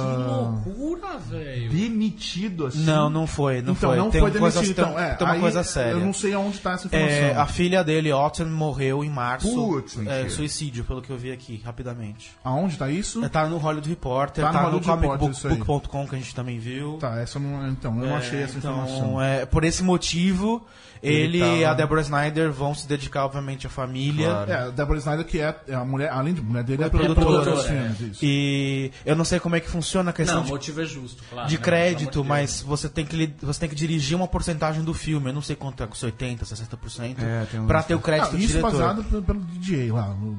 Speaker 5: Que loucura, velho.
Speaker 6: Demitido assim.
Speaker 4: Não, não foi, não
Speaker 3: então,
Speaker 4: foi.
Speaker 3: não
Speaker 4: tem
Speaker 3: foi
Speaker 4: uma coisa,
Speaker 3: demitido. Então, é,
Speaker 4: tem uma
Speaker 3: aí
Speaker 4: coisa séria.
Speaker 3: Eu não sei aonde tá essa informação.
Speaker 4: É, a filha dele, Autumn, morreu em março.
Speaker 6: Putz, mentira.
Speaker 4: é, suicídio, pelo que eu vi aqui, rapidamente.
Speaker 3: Aonde tá isso?
Speaker 4: É, Tá no Hollywood Reporter,
Speaker 3: Tá
Speaker 4: tá,
Speaker 3: no
Speaker 4: no,
Speaker 3: Hollywood Reporter, isso aí.
Speaker 4: comicbook.com, que a gente também viu.
Speaker 3: Tá, essa não, então, eu não
Speaker 4: É,
Speaker 3: achei essa
Speaker 4: então,
Speaker 3: informação.
Speaker 4: é, por esse motivo, ele,
Speaker 6: Ele
Speaker 4: e
Speaker 6: tá-
Speaker 4: a Deborah Snyder vão se dedicar, obviamente, à família.
Speaker 3: É, a Deborah Snyder, que é, é a mulher, além de mulher dele, é,
Speaker 4: produtora,
Speaker 3: produtora dos
Speaker 5: é.
Speaker 3: filmes. isso.
Speaker 4: E eu não sei como é que funciona a questão
Speaker 5: Não, o
Speaker 4: de
Speaker 5: motivo é justo, claro.
Speaker 4: de
Speaker 5: né?
Speaker 4: crédito,
Speaker 5: Pelo amor de Deus.
Speaker 4: mas você tem, que, li- você tem que dirigir uma porcentagem do filme. Eu não sei quanto é, se 80%, 60%,
Speaker 6: É, tem uns-
Speaker 4: pra ter o crédito
Speaker 3: Ah,
Speaker 4: do
Speaker 3: isso
Speaker 4: diretor. É,
Speaker 3: baseado pelo, pelo DJ lá. No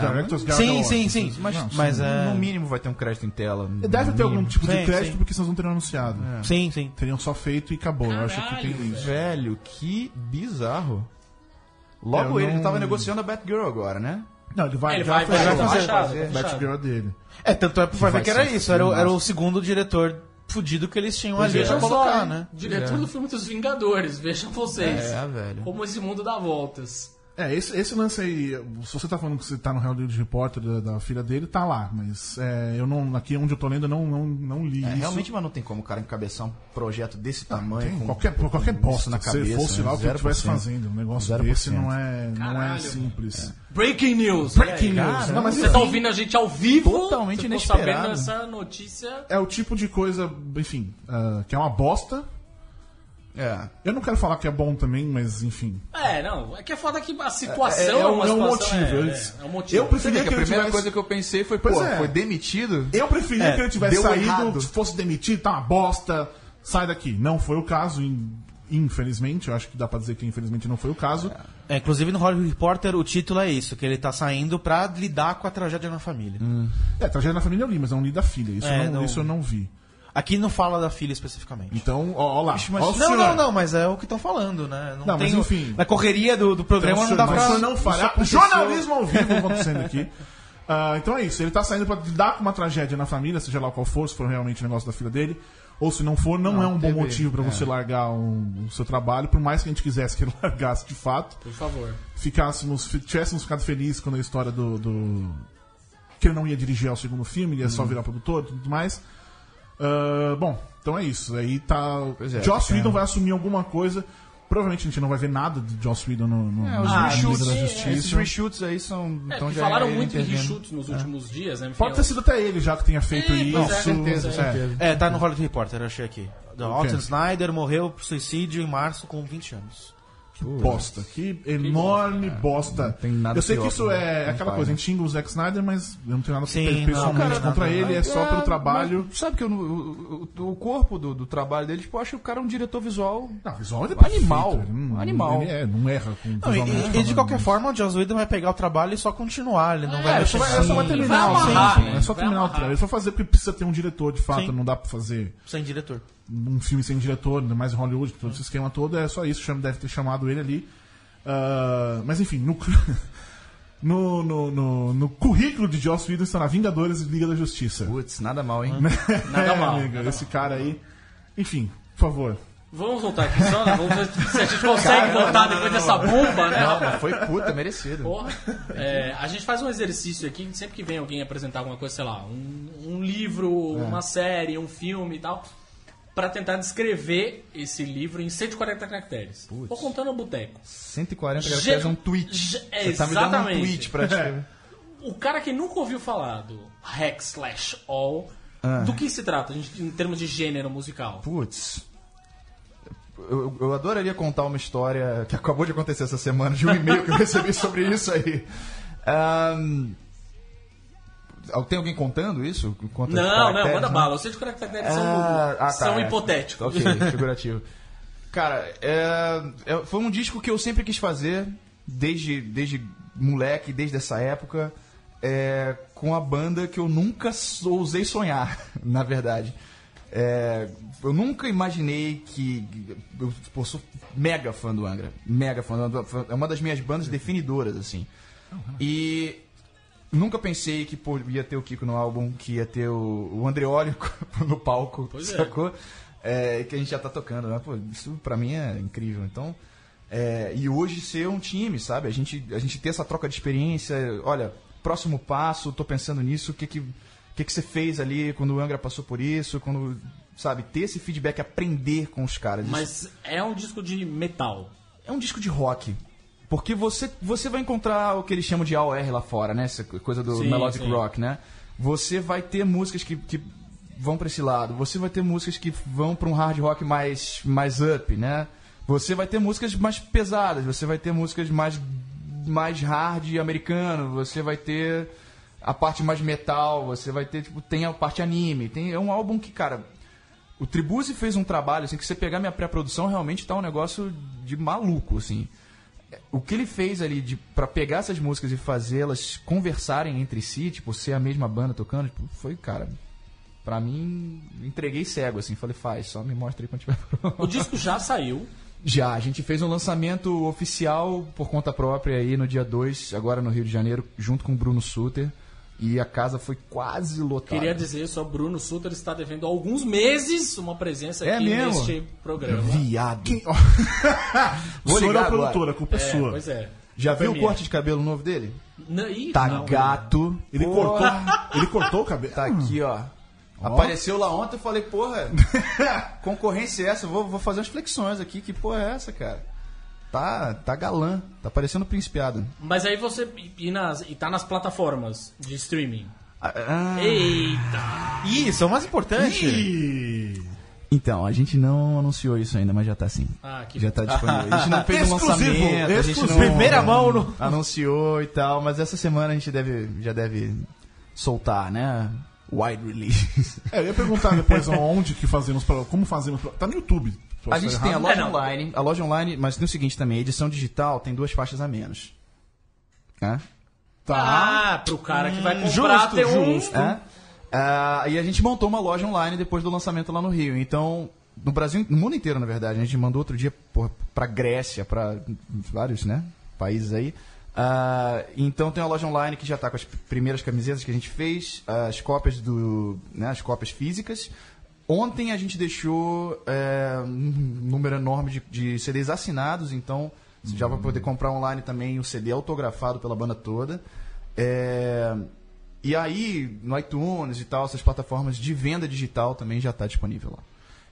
Speaker 3: Director's Guild
Speaker 4: Sim,
Speaker 3: Awards.
Speaker 4: sim, sim. assim, Mas,
Speaker 3: Não,
Speaker 4: mas
Speaker 6: Mas,
Speaker 4: é...
Speaker 6: No mínimo vai ter um crédito em tela. no
Speaker 3: Deve ter algum
Speaker 6: mínimo.
Speaker 3: tipo de
Speaker 4: Sim,
Speaker 3: crédito,
Speaker 4: sim. É.
Speaker 3: porque senão não teriam anunciado.
Speaker 4: Sim, sim.
Speaker 3: Teriam só feito e acabou. eu acho que tem isso.
Speaker 6: Velho, que bizarro. Logo
Speaker 3: Eu
Speaker 6: ele
Speaker 3: não-
Speaker 6: tava negociando a Batgirl agora, né?
Speaker 3: Não, ele vai,
Speaker 5: Ele
Speaker 3: já
Speaker 5: vai,
Speaker 3: fechou.
Speaker 5: vai, vai,
Speaker 6: vai
Speaker 5: fechado,
Speaker 6: fazer.
Speaker 5: fechado.
Speaker 3: Batgirl dele.
Speaker 4: É, tanto é pra
Speaker 6: Vai
Speaker 4: ver que era
Speaker 6: ser
Speaker 4: isso. Era, o- era
Speaker 6: filmaço.
Speaker 4: o segundo diretor fudido que eles tinham ali
Speaker 5: Vejam
Speaker 4: pra
Speaker 5: só,
Speaker 4: colocar,
Speaker 5: hein?
Speaker 4: né?
Speaker 5: Diretor
Speaker 3: É.
Speaker 5: do filme dos Vingadores, vejam vocês.
Speaker 4: É,
Speaker 6: velho.
Speaker 5: Como esse mundo dá voltas.
Speaker 3: É, esse, esse lance aí, se você tá falando que você tá no Real News Repórter da, da filha dele, tá lá. Mas é, eu não, aqui onde eu tô lendo, eu não, não, não li
Speaker 6: É,
Speaker 3: isso.
Speaker 6: realmente, mas não tem como o cara encabeçar um projeto desse tamanho.
Speaker 3: Tem
Speaker 6: com-
Speaker 3: qualquer,
Speaker 6: com-
Speaker 3: qualquer
Speaker 6: com
Speaker 3: bosta
Speaker 6: isso
Speaker 3: na cabeça. é Se fosse
Speaker 6: né?
Speaker 3: lá o que ele estivesse
Speaker 6: 0%.
Speaker 3: fazendo, um negócio
Speaker 6: 0%.
Speaker 3: desse não é, não é
Speaker 5: Caralho.
Speaker 3: simples. É,
Speaker 5: Breaking news.
Speaker 3: Breaking
Speaker 5: E aí,
Speaker 3: news.
Speaker 5: cara?
Speaker 3: Não, mas
Speaker 5: você
Speaker 3: enfim,
Speaker 5: tá ouvindo a gente ao vivo?
Speaker 6: Totalmente
Speaker 5: você
Speaker 6: inesperado.
Speaker 5: Tô sabendo essa notícia.
Speaker 3: É o tipo de coisa, enfim, ah, que é uma bosta.
Speaker 6: É.
Speaker 3: Eu não quero falar que é bom também, mas enfim.
Speaker 5: É, não. É que é foda que a
Speaker 3: É-
Speaker 5: situação é,
Speaker 3: é- é
Speaker 5: uma
Speaker 3: um- é um
Speaker 5: situação-
Speaker 3: motivo,
Speaker 5: É, é, é um motivo.
Speaker 3: Eu
Speaker 6: Você vê
Speaker 3: preferia
Speaker 6: que
Speaker 3: que,
Speaker 6: a
Speaker 3: ele
Speaker 6: primeira
Speaker 3: tivesse...
Speaker 6: coisa que eu pensei foi,
Speaker 3: Pois
Speaker 6: pô,
Speaker 3: é.
Speaker 6: foi demitido?
Speaker 3: Eu preferia que ele tivesse
Speaker 6: deu
Speaker 3: saído,
Speaker 6: errado.
Speaker 3: fosse demitido, tá uma bosta, sai daqui. Não foi o caso, in- infelizmente. Eu acho que dá pra dizer que infelizmente não foi o caso.
Speaker 4: É, inclusive no Hollywood Reporter o título é isso, que ele tá saindo pra lidar com a tragédia na família.
Speaker 6: Hum.
Speaker 3: É, tragédia na família eu li, mas não li da filha. Isso,
Speaker 4: É,
Speaker 3: eu, não,
Speaker 4: não-
Speaker 3: isso eu não vi.
Speaker 4: Aqui não fala da filha especificamente.
Speaker 3: Então, ó, ó lá. ó o
Speaker 4: Não,
Speaker 3: senhor.
Speaker 4: não, não, mas é o que estão falando, né? Não,
Speaker 3: Não, mas
Speaker 4: tem o-
Speaker 3: enfim.
Speaker 4: Na correria do, do
Speaker 3: Então,
Speaker 4: programa
Speaker 3: o
Speaker 4: é não
Speaker 3: senhor
Speaker 4: dá
Speaker 3: não,
Speaker 4: pra.
Speaker 3: o senhor não fará.
Speaker 4: aconteceu.
Speaker 3: Jornalismo ao vivo acontecendo aqui. Ah, então é isso, ele tá saindo pra lidar com uma tragédia na família, seja lá qual for, se for realmente o negócio da filha dele, ou se não for, não, é um bom
Speaker 6: teve-
Speaker 3: motivo pra você largar um- o seu trabalho, por mais que a gente quisesse que ele largasse de fato.
Speaker 5: Por favor.
Speaker 3: ficássemos, fi- tivéssemos ficado felizes quando a história do, do- que ele não ia dirigir ao segundo filme, ele ia
Speaker 6: Uhum.
Speaker 3: só virar produtor e tudo mais. Ah, bom, então é isso. Aí tá.
Speaker 6: Pois é,
Speaker 3: Joss
Speaker 6: é.
Speaker 3: Whedon vai assumir alguma coisa. Provavelmente a gente não vai ver nada de Joss Whedon no, no,
Speaker 6: É, os
Speaker 3: no- na
Speaker 6: reshoots,
Speaker 3: Liga da
Speaker 6: esses
Speaker 3: Justiça.
Speaker 6: reshoots aí são...
Speaker 5: É,
Speaker 6: então
Speaker 5: porque
Speaker 6: já
Speaker 5: falaram
Speaker 6: é
Speaker 5: muito em
Speaker 6: intervendo.
Speaker 5: reshoots nos últimos dias, né?
Speaker 3: Pode ter sido até ele já que tenha feito
Speaker 5: É,
Speaker 3: isso.
Speaker 5: pois é,
Speaker 6: Certeza,
Speaker 5: É.
Speaker 6: certeza.
Speaker 4: É, tá no Hollywood Reporter, eu achei aqui. Da Austin Snyder morreu por suicídio em março com 20 anos.
Speaker 3: Que bosta. Que enorme bosta.
Speaker 6: É, não tem nada
Speaker 3: eu sei que
Speaker 6: pior
Speaker 3: isso
Speaker 6: pra-
Speaker 3: é
Speaker 6: pra
Speaker 3: aquela
Speaker 6: pai,
Speaker 3: coisa,
Speaker 6: né?
Speaker 3: a gente xinga o Zack Snyder, mas eu não tenho nada
Speaker 4: Sim,
Speaker 3: pe-
Speaker 4: não,
Speaker 3: pessoalmente
Speaker 4: cara,
Speaker 3: contra
Speaker 4: não,
Speaker 3: ele, é só pelo trabalho.
Speaker 6: mas sabe que eu não- o, o- o corpo do, do trabalho dele, tipo, eu acho que o cara é um diretor visual.
Speaker 3: Não, visual ele é
Speaker 6: Animal.
Speaker 3: perfeito, ele não-
Speaker 6: Animal.
Speaker 3: Ele é, não erra com
Speaker 4: Um Não, e,
Speaker 3: visualmente
Speaker 4: e- e de
Speaker 3: falando.
Speaker 4: qualquer forma, o Joss Whedon vai pegar o trabalho e só continuar. Ele não vai
Speaker 3: É, só
Speaker 4: mexer assim.
Speaker 3: vai, é só vai
Speaker 4: sem-
Speaker 3: terminar,
Speaker 5: vai amarrar,
Speaker 3: sim, sim.
Speaker 5: né?
Speaker 3: É só
Speaker 5: Vai
Speaker 3: terminar o
Speaker 5: amarrar.
Speaker 3: trailer. É só fazer porque precisa ter um diretor, de fato.
Speaker 4: Sim.
Speaker 3: Não dá pra fazer
Speaker 4: sem diretor.
Speaker 3: um filme sem diretor, ainda mais em Hollywood, todo esse esquema todo. É só isso. chama- Deve ter chamado ele ali. Ah, mas enfim, no, no, no, no- no currículo de Joss Whedon está na Vingadores e Liga da Justiça. É,
Speaker 6: Putz, nada mal, hein?
Speaker 3: Nada
Speaker 5: mal, nada
Speaker 3: esse cara aí. Enfim, por favor.
Speaker 5: Vamos voltar aqui só, né? Vamos ver se a gente consegue voltar depois dessa bomba, né?
Speaker 6: Não, mas foi puta, merecido.
Speaker 5: Porra. É, a gente faz um exercício aqui, sempre que vem alguém apresentar alguma coisa, sei lá, um, um livro,
Speaker 6: É.
Speaker 5: uma série, um filme e tal, pra tentar descrever esse livro em 140 caracteres.
Speaker 6: Putz.
Speaker 5: Vou contando no boteco.
Speaker 6: 140
Speaker 5: Ge-
Speaker 6: caracteres é um tweet.
Speaker 5: Ge- é,
Speaker 6: Você tá me dando um
Speaker 5: exatamente.
Speaker 6: tweet pra escrever.
Speaker 5: O cara que nunca ouviu falar do hack slash all,
Speaker 6: Ah.
Speaker 5: do que se trata em- em termos de gênero musical?
Speaker 6: Putz. Eu, eu adoraria contar uma história que acabou de acontecer essa semana, de um e-mail que eu recebi sobre isso aí. Ahn, al- Tem alguém contando isso? Conta os
Speaker 5: Não, não,
Speaker 6: caracteres,
Speaker 5: manda
Speaker 6: né?
Speaker 5: bala. Os 140 caracteres são, um
Speaker 6: Ah, ah, tá,
Speaker 5: são
Speaker 6: é.
Speaker 5: hipotéticos.
Speaker 6: Ok, figurativo. Cara, é, é- foi um disco que eu sempre quis fazer, desde, desde moleque, desde essa época, é, com a banda que eu nunca s- ousei sonhar, na verdade. É, eu nunca imaginei que. Eu pô, sou mega fã do Angra. Mega fã do Angra. É uma das minhas bandas definidoras, assim.
Speaker 5: né?
Speaker 6: E nunca pensei que pô, ia ter o Kiko no álbum, que ia ter o, o Andreoli no palco,
Speaker 5: Pois é.
Speaker 6: sacou? É, que a gente já tá tocando, né? Pô, isso pra mim é incrível. Então, é, e hoje ser um time, sabe? A gente, a gente ter essa troca de experiência. Olha, próximo passo, tô pensando nisso, o que que, o que, que você fez ali quando o Angra passou por isso, quando, sabe? Ter esse feedback, aprender com os caras. isso
Speaker 5: Mas é um disco de metal.
Speaker 6: é um disco de rock. Porque você, você vai encontrar o que eles chamam de AOR lá fora, né? Essa coisa do
Speaker 5: Sim,
Speaker 6: melodic
Speaker 5: sim.
Speaker 6: rock, né? Você vai ter músicas que, que vão pra esse lado. Você vai ter músicas que vão pra um hard rock mais, mais up, né? Você vai ter músicas mais pesadas. Você vai ter músicas mais, mais hard americano. Você vai ter a parte mais metal. Você vai ter, tipo, tem a parte anime. Tem, é um álbum que, cara... O Tribuzzi fez um trabalho, assim, que você pegar minha pré-produção, realmente tá um negócio de maluco, assim. O que ele fez ali de para pegar essas músicas e fazê-las conversarem entre si, tipo, ser a mesma banda tocando, tipo, foi, cara, pra mim, entreguei cego, assim, falei, faz, só me mostra aí quando tiver
Speaker 5: O
Speaker 6: pronto.
Speaker 5: disco já saiu.
Speaker 6: Já, a gente fez um lançamento oficial por conta própria aí no dia 2, agora no Rio de Janeiro, junto com o Bruno Suter, e a casa foi quase lotada.
Speaker 5: Queria dizer só, Bruno Sutter está devendo há alguns meses uma presença
Speaker 6: É
Speaker 5: aqui
Speaker 6: mesmo?
Speaker 5: neste programa.
Speaker 6: Viado. Vou
Speaker 3: Sou
Speaker 6: ligar
Speaker 3: da
Speaker 6: agora.
Speaker 3: produtora, a culpa é,
Speaker 5: É,
Speaker 3: sua.
Speaker 5: pois é.
Speaker 6: Já viu
Speaker 5: Foi
Speaker 6: o
Speaker 5: minha.
Speaker 6: corte de cabelo novo dele?
Speaker 5: Não, ih,
Speaker 6: Tá
Speaker 5: não.
Speaker 6: gato.
Speaker 3: Ele,
Speaker 6: Porra.
Speaker 3: cortou, ele cortou o cabelo?
Speaker 6: Tá aqui, ó. Apareceu lá ontem, eu falei, porra, concorrência é essa, eu vou, vou fazer umas flexões aqui, que porra é essa, cara? Tá, tá galã, tá parecendo principiado.
Speaker 5: Mas aí você. E, e nas, e tá nas plataformas de streaming.
Speaker 6: Ah, ah.
Speaker 5: Eita!
Speaker 4: Isso, é o mais importante.
Speaker 3: Ih,
Speaker 6: Então, a gente não anunciou isso ainda, mas já tá sim.
Speaker 5: Ah, que
Speaker 6: Já tá disponível. A gente não fez um
Speaker 3: Exclusivo,
Speaker 6: lançamento, a gente
Speaker 3: exclusivo.
Speaker 6: não,
Speaker 4: Primeira mão no-
Speaker 6: anunciou e tal, mas essa semana a gente deve, já deve soltar, né? Wide release.
Speaker 3: É, eu ia perguntar depois onde que fazemos, pra, como fazemos. Pra, tá no YouTube.
Speaker 6: A gente tem a
Speaker 5: errado.
Speaker 6: loja
Speaker 5: É, não.
Speaker 6: online, a loja online, mas tem o seguinte também, a edição digital tem duas faixas a menos. Hã?
Speaker 3: Tá.
Speaker 5: Ah, pro cara que vai comprar
Speaker 3: justo,
Speaker 5: ter um.
Speaker 3: justo.
Speaker 6: Hã? É? Ah, e a gente montou uma loja online depois do lançamento lá no Rio. Então, no Brasil, no mundo inteiro, na verdade, a gente mandou outro dia porra, pra Grécia, pra vários, né? Países aí. Ah, então tem uma loja online que já tá com as primeiras camisetas que a gente fez, as cópias do. Né, as cópias físicas. Ontem a gente deixou é, um número enorme de, de CDs assinados, então você já vai poder comprar online também o CD autografado pela banda toda. É, e aí, no iTunes e tal, essas plataformas de venda digital também já está disponível lá.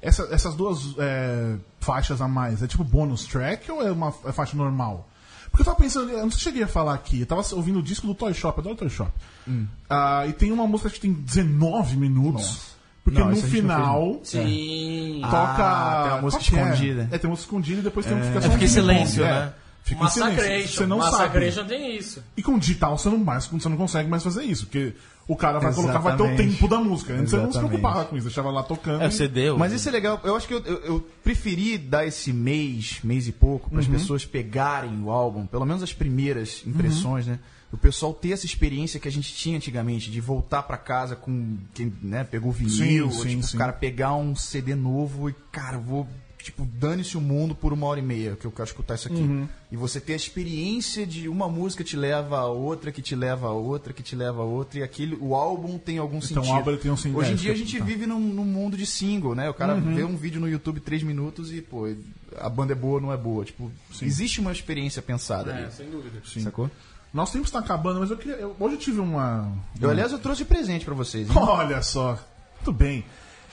Speaker 3: Essa- essas duas é, faixas a mais, é tipo bônus track ou é uma é faixa normal? Porque eu tava pensando, eu não sei se cheguei a falar aqui, eu tava ouvindo o disco do Toy Shop, eu adoro Toy Shop.
Speaker 6: Hum.
Speaker 3: Ah, e tem uma música acho que tem 19 minutos, porque
Speaker 6: Não,
Speaker 3: no
Speaker 6: isso a gente não
Speaker 3: final
Speaker 5: Sim.
Speaker 3: toca.
Speaker 6: Ah, tem uma música
Speaker 3: qual que é?
Speaker 6: escondida.
Speaker 3: É, tem uma música escondida e depois tem uma fica só
Speaker 4: fica
Speaker 3: um
Speaker 4: em silêncio,
Speaker 3: ping-pong,
Speaker 4: né?
Speaker 3: é. Fica em silêncio.
Speaker 5: Massacration.
Speaker 3: Você não sabe.
Speaker 5: Massacration tem isso.
Speaker 3: E com digital você não, mais, você não consegue mais fazer isso, porque o cara vai colocar, vai ter o
Speaker 6: Exatamente.
Speaker 3: tempo da música. Antes você não se
Speaker 6: Exatamente.
Speaker 3: preocupava com isso, deixava lá tocando.
Speaker 4: É
Speaker 3: e-
Speaker 4: o CD.
Speaker 6: Mas isso é legal. Eu acho que eu, eu- eu preferi dar esse mês, mês e pouco,
Speaker 3: Uhum.
Speaker 6: para as pessoas pegarem o álbum, pelo menos as primeiras impressões, né? O pessoal ter essa experiência que a gente tinha antigamente, de voltar para casa com quem né, pegou vinil,
Speaker 3: Sim,
Speaker 6: ou,
Speaker 3: sim,
Speaker 6: tipo,
Speaker 3: sim.
Speaker 6: o cara pegar um CD novo e, cara, eu vou tipo, dane-se o mundo por uma hora e meia, que eu quero escutar isso aqui.
Speaker 3: Uhum.
Speaker 6: E você ter a experiência de uma música te leva a outra, que te leva a outra, que te leva a outra, e aquele, o álbum tem algum
Speaker 3: Então,
Speaker 6: sentido.
Speaker 3: o álbum tem um sentido.
Speaker 6: Hoje em
Speaker 3: É,
Speaker 6: dia a
Speaker 3: isso que
Speaker 6: gente
Speaker 3: eu- tá.
Speaker 6: vive num, num mundo de single, né? O cara
Speaker 3: Uhum.
Speaker 6: vê um vídeo no YouTube três minutos e, pô, a banda é boa ou não é boa. Tipo, existe uma experiência pensada
Speaker 3: É.
Speaker 6: ali.
Speaker 5: É, sem dúvida.
Speaker 6: Sacou?
Speaker 3: Nosso tempo está acabando, mas eu queria. eu- hoje eu tive uma.
Speaker 6: Eu, aliás, eu trouxe de presente pra vocês. hein?
Speaker 3: Olha só. Tudo bem.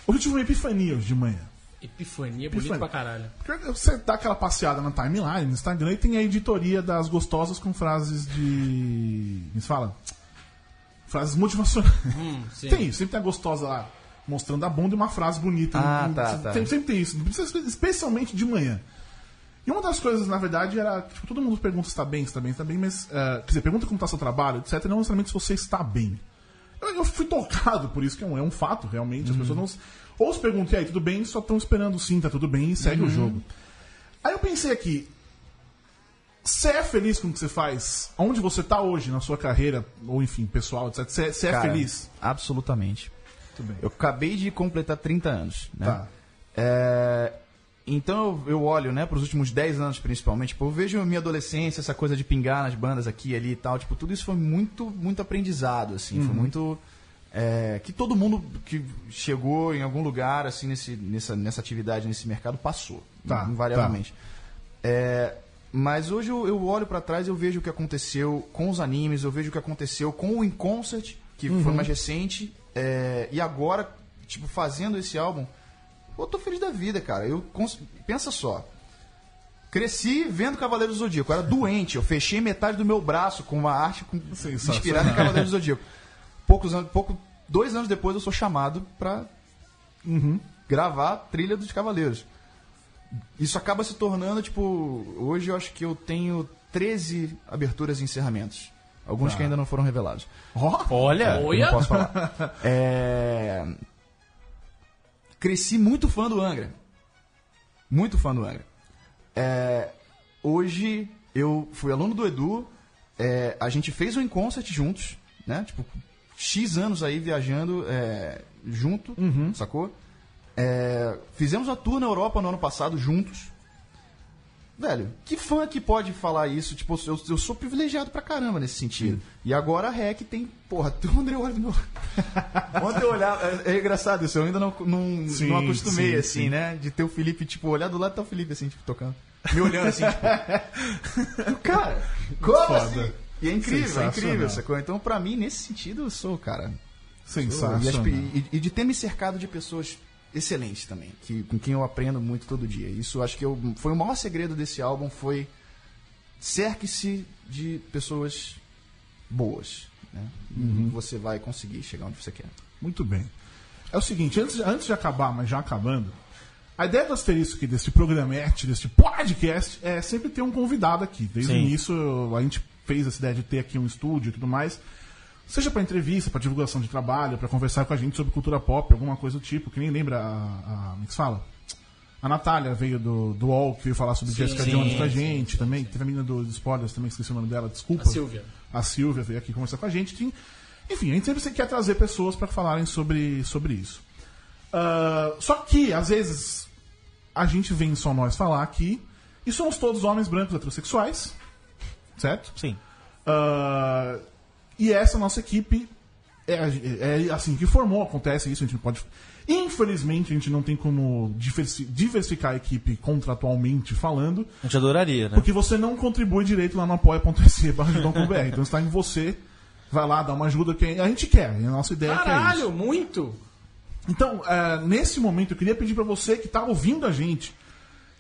Speaker 3: Hoje eu tive uma epifania hoje de manhã.
Speaker 5: Epifania, é
Speaker 3: Epifania.
Speaker 5: bonito pra caralho.
Speaker 3: Porque Você dá aquela passeada na timeline, no Instagram, e tem a editoria das gostosas com frases de. Como se fala? Frases motivacionais.
Speaker 5: Hum, sim.
Speaker 3: Tem isso, sempre tem a gostosa lá mostrando a bunda e uma frase bonita.
Speaker 6: Ah,
Speaker 3: Não-
Speaker 6: tá,
Speaker 3: sempre,
Speaker 6: tá.
Speaker 3: sempre tem isso, Não precisa ser- especialmente de manhã. E uma das coisas, na verdade, era. Tipo, todo mundo pergunta se tá bem, se tá bem, se tá bem, mas. ah, quer dizer, pergunta como tá seu trabalho, etc. Não necessariamente se você está bem. Eu, eu fui tocado por isso, que é um, é um fato, realmente. As
Speaker 6: Uhum.
Speaker 3: pessoas não. se- Ou se perguntam, e aí, tudo bem, só estão esperando sim, tá tudo bem, e segue
Speaker 6: Uhum.
Speaker 3: o jogo. Aí eu pensei aqui, você é feliz com o que você faz? Onde você tá hoje na sua carreira, ou enfim, pessoal, etc. Você é- Você é
Speaker 6: Cara,
Speaker 3: feliz?
Speaker 6: Absolutamente.
Speaker 3: Tudo bem.
Speaker 6: Eu acabei de completar 30 anos, né?
Speaker 3: Tá.
Speaker 6: É, Então eu, eu olho, né, pros últimos 10 anos principalmente, tipo, eu vejo a minha adolescência, essa coisa de pingar nas bandas aqui e ali e tal, tipo, tudo isso foi muito, muito aprendizado, assim,
Speaker 3: Uhum.
Speaker 6: foi muito... é, que todo mundo que chegou em algum lugar, assim, nesse, nessa, nessa atividade, nesse mercado, passou,
Speaker 3: Tá,
Speaker 6: invariavelmente. É, mas hoje eu, eu olho pra trás e eu vejo o que aconteceu com os animes, eu vejo o que aconteceu com o In Concert, que
Speaker 3: Uhum.
Speaker 6: foi mais recente, é, e agora, tipo, fazendo esse álbum, eu tô feliz da vida, cara. Eu cons- Pensa só. Cresci vendo Cavaleiro do Zodíaco. Eu era doente, eu fechei metade do meu braço com uma arte com...
Speaker 3: Sensacional.
Speaker 6: inspirada em Cavaleiro do Zodíaco. Poucos anos, pouco... Dois anos depois eu sou chamado pra gravar a trilha dos Cavaleiros. Isso acaba se tornando, tipo, hoje eu acho que eu tenho 13 aberturas e encerramentos. Alguns que ainda não foram revelados.
Speaker 4: Olha,
Speaker 6: Eu não posso falar. É, Cresci muito fã do Angra. Muito fã do Angra. É, Hoje eu fui aluno do Edu, é, a gente fez um in-concert juntos, né? Tipo, X anos aí viajando é, junto,
Speaker 3: Uhum.
Speaker 6: sacou? É, Fizemos a tour na Europa no ano passado juntos. Velho, que fã que pode falar isso? Tipo, eu, eu sou privilegiado pra caramba nesse sentido. E agora a REC tem. Porra, tu André olha no. Ontem eu olhava. É, é engraçado isso, eu ainda não, não,
Speaker 3: Sim,
Speaker 6: não acostumei,
Speaker 3: sim,
Speaker 6: assim,
Speaker 3: sim.
Speaker 6: né? De ter o Felipe, tipo, olhar do lado tá o Felipe, assim, tipo, tocando. Me olhando assim, tipo. cara, como
Speaker 3: Foda.
Speaker 6: assim? E é incrível, é incrível,
Speaker 3: Sensacional.
Speaker 6: sacou? Então, pra mim, nesse sentido, eu sou, cara. E, as
Speaker 3: Sensacional.
Speaker 6: pe- e- e de ter me cercado de pessoas excelentes também, que, com quem eu aprendo muito todo dia. Isso acho que eu, foi o maior segredo desse álbum, foi cerque-se de pessoas boas. Né?
Speaker 3: Uhum.
Speaker 6: E Você vai conseguir chegar onde você quer.
Speaker 3: Muito bem. É o seguinte, antes, antes de acabar, mas já acabando, a ideia do asterisco aqui, deste programete, deste podcast, é sempre ter um convidado aqui. Desde o
Speaker 4: Sim.
Speaker 3: início eu- a gente fez essa ideia de ter aqui um estúdio e tudo mais. Seja para entrevista, para divulgação de trabalho, para conversar com a gente sobre cultura pop, alguma coisa do tipo, que nem lembra a. a como é que se fala? A Natália veio do, do UOL, que veio falar sobre Jessica
Speaker 4: sim,
Speaker 3: Jones com a
Speaker 4: sim,
Speaker 3: gente também. Teve a menina do, do Spoilers também, esqueci o nome dela, desculpa.
Speaker 5: A Silvia.
Speaker 3: A Silvia veio aqui conversar com a gente. que- enfim, a gente sempre quer trazer pessoas para falarem sobre, sobre isso. Ah, só que, às vezes, a gente vem só nós falar aqui e somos todos homens brancos heterossexuais, certo?
Speaker 4: sim.
Speaker 3: Ah, e essa nossa equipe é, é assim que formou, acontece isso, a gente não pode. Infelizmente, a gente não tem como diversi- diversificar a equipe contratualmente falando,
Speaker 4: A gente adoraria, né?
Speaker 3: porque você não contribui direito lá no apoia.se barra ajudão.br. Então está em você, vai lá, dá uma ajuda, que a gente quer, a nossa ideia é que é isso.
Speaker 5: Caralho, muito!
Speaker 3: Então, ah, nesse momento, eu queria pedir para você que está ouvindo a gente,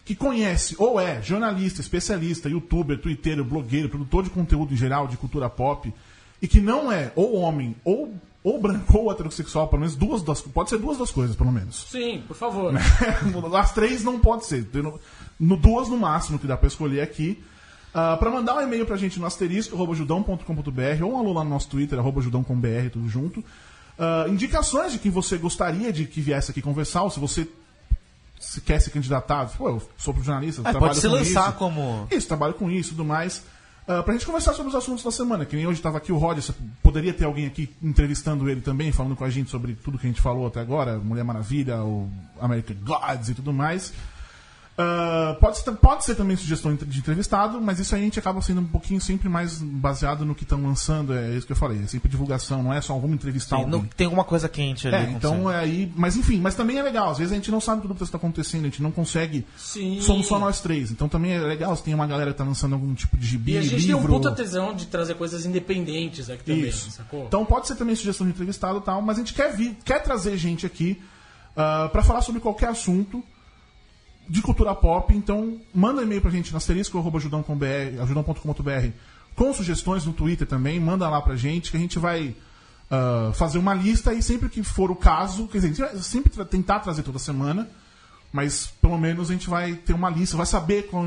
Speaker 3: que conhece ou é jornalista, especialista, youtuber, twitteiro, blogueiro, produtor de conteúdo em geral, de cultura pop, e que não é ou homem, ou, ou branco, ou heterossexual, pelo menos duas das Pode ser duas das coisas, pelo menos.
Speaker 5: Sim, por favor.
Speaker 3: As três não pode ser. Tem No, no duas no máximo que dá para escolher aqui. para mandar um e-mail pra gente no asterisco, arroba judão.com.br ou um alô lá no nosso Twitter, arroba judão.com.br, tudo junto. Ah, indicações de quem você gostaria de que viesse aqui conversar, ou se você se quer se candidatar, pô, eu sou jornalista,
Speaker 4: Ah,
Speaker 3: trabalho
Speaker 4: pode se
Speaker 3: com
Speaker 4: lançar
Speaker 3: isso.
Speaker 4: como.
Speaker 3: Isso, trabalho com isso e tudo mais. Ah, pra gente conversar sobre os assuntos da semana, que nem hoje estava aqui o Roger, você poderia ter alguém aqui entrevistando ele também, falando com a gente sobre tudo que a gente falou até agora, Mulher Maravilha, o American Gods e tudo mais. Ah, pode, ser, pode ser também sugestão de entrevistado, mas isso aí a gente acaba sendo um pouquinho sempre mais baseado no que estão lançando, é isso que eu falei, é sempre divulgação, não é só vamos entrevistar
Speaker 7: Tem,
Speaker 3: alguém.
Speaker 7: não- tem alguma coisa quente ali.
Speaker 3: É,
Speaker 7: acontecendo.
Speaker 3: então é aí. Mas enfim, mas também é legal. Às vezes a gente não sabe tudo que está acontecendo, a gente não consegue.
Speaker 5: Sim.
Speaker 3: Somos só nós três. Então também é legal se tem uma galera que tá lançando algum tipo de gibi,
Speaker 5: E a gente tem um
Speaker 3: livro.
Speaker 5: puta tesão de trazer coisas independentes aqui também,
Speaker 3: Isso.
Speaker 5: sacou?
Speaker 3: Então pode ser também sugestão de entrevistado e tal, mas a gente quer vir, quer trazer gente aqui ah, pra falar sobre qualquer assunto de cultura pop. Então manda um e-mail pra gente na asterisco.ajudão.com.br ajudão.com.br, com sugestões no Twitter também, manda lá pra gente que a gente vai ah, fazer uma lista e sempre que for o caso, quer dizer, a gente vai sempre tra- tentar trazer toda semana. Mas pelo menos a gente vai ter uma lista, vai saber qual-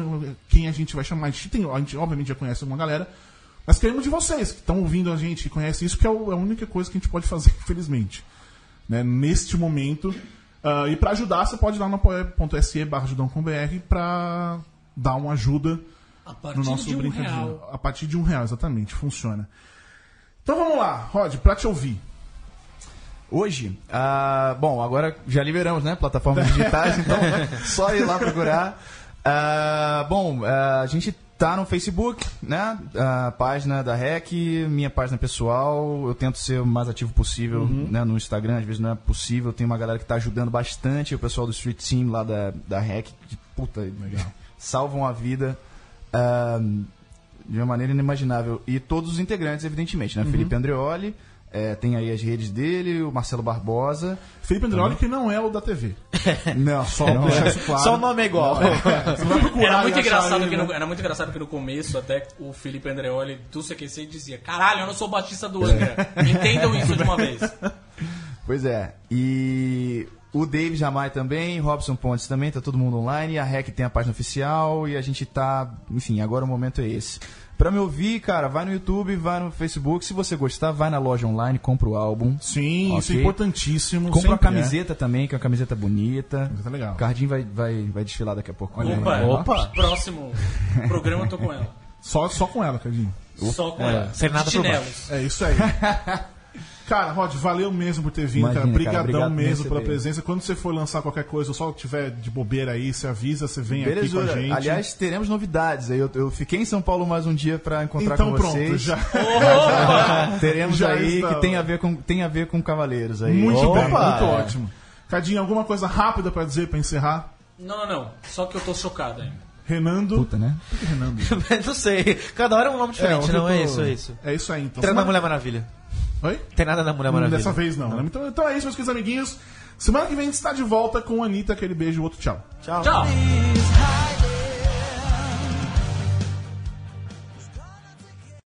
Speaker 3: quem a gente vai chamar. A gente, tem, a gente obviamente já conhece alguma galera, mas queremos de vocês que estão ouvindo a gente e conhecem isso, que é o- é a única coisa que a gente pode fazer, infelizmente. Né? Neste momento. Ah, e para ajudar, você pode ir lá no apoia.se barra ajudão.com.br para dar uma ajuda
Speaker 5: a
Speaker 3: no
Speaker 5: partir
Speaker 3: nosso
Speaker 5: de um
Speaker 3: brincadeira.
Speaker 5: real.
Speaker 3: A partir de um real, exatamente, funciona. Então vamos lá, Rod, pra te ouvir.
Speaker 6: Hoje, ah, bom, agora já liberamos, né? Plataformas digitais, então só ir lá procurar. Ah, bom, ah, a gente tá no Facebook, né? A página da REC, minha página pessoal. Eu tento ser o mais ativo possível né? no Instagram, às vezes não é possível. Tem uma galera que tá ajudando bastante, o pessoal do Street Team lá da, da REC, que puta, salvam a vida. Ah, de uma maneira inimaginável. E todos os integrantes, evidentemente, né? Felipe Andreoli, eh, tem aí as redes dele, o Marcelo Barbosa.
Speaker 3: Felipe Andreoli, que não é o da TV.
Speaker 6: Não, só não, deixar isso claro.
Speaker 7: Só o nome é igual.
Speaker 3: Você vai procurar
Speaker 5: Era
Speaker 3: e
Speaker 5: muito,
Speaker 3: achar
Speaker 5: engraçado
Speaker 3: ele,
Speaker 5: que
Speaker 3: né?
Speaker 5: no, era muito engraçado que no começo até o Felipe Andreoli do CQC dizia Caralho, eu não sou o Batista do Angra.
Speaker 3: É.
Speaker 5: Entendam isso de uma vez.
Speaker 6: Pois é. E o Dave Jamai também, Robson Pontes também, tá todo mundo online. A REC tem a página oficial e a gente tá. Enfim, agora o momento é esse. Pra me ouvir, cara, vai no YouTube, vai no Facebook. Se você gostar, vai na loja online, compra o álbum.
Speaker 3: Sim, isso é
Speaker 6: Ok.
Speaker 3: importantíssimo.
Speaker 6: Compra a
Speaker 3: sempre é.
Speaker 6: camiseta também, que é uma camiseta bonita.
Speaker 3: Camiseta legal.
Speaker 6: O Cardim vai, vai, vai desfilar daqui a pouco. Né?
Speaker 5: Opa,
Speaker 7: Opa.
Speaker 5: próximo programa eu tô com ela.
Speaker 3: Só, só com ela, Cadinho.
Speaker 5: Só com ela.
Speaker 7: É. sem nada
Speaker 5: de
Speaker 7: pro
Speaker 5: chinelos.
Speaker 3: É isso aí. Cara, Rod, valeu mesmo por ter vindo,
Speaker 6: Imagina,
Speaker 3: cara.
Speaker 6: cara,
Speaker 3: Brigadão
Speaker 6: obrigado por
Speaker 3: mesmo pela
Speaker 6: receber.
Speaker 3: presença. Quando você for lançar qualquer coisa, ou só tiver de bobeira aí, você avisa, você vem aqui com
Speaker 6: Belezura.
Speaker 3: a gente.
Speaker 6: Aliás, teremos novidades aí. Eu, eu fiquei em São Paulo mais um dia pra encontrar
Speaker 3: então
Speaker 6: com
Speaker 3: pronto,
Speaker 6: vocês.
Speaker 3: já.
Speaker 6: Teremos
Speaker 3: Já
Speaker 6: aí
Speaker 3: estamos.
Speaker 6: que tem a ver com tem a ver com cavaleiros aí.
Speaker 3: Muito
Speaker 6: Opa!
Speaker 3: bem, muito ótimo. Cadinho, alguma coisa rápida pra dizer, pra encerrar?
Speaker 5: Não, não, não. Só que eu tô chocado ainda.
Speaker 3: Renando.
Speaker 6: Puta, né?
Speaker 3: Renando.
Speaker 7: não sei. Cada hora é um nome diferente,
Speaker 3: hoje eu
Speaker 7: não é
Speaker 3: tô-
Speaker 7: isso, é isso.
Speaker 3: É isso aí, então.
Speaker 7: Tem nada na
Speaker 3: Semana-
Speaker 7: Mulher Maravilha.
Speaker 3: Oi?
Speaker 7: Tem nada na Mulher Maravilha.
Speaker 3: Dessa vez não, né? Então, então é isso, meus queridos amiguinhos. Semana que vem a gente está de volta com a Anitta. Aquele beijo, outro tchau.
Speaker 5: Tchau.
Speaker 8: Please hide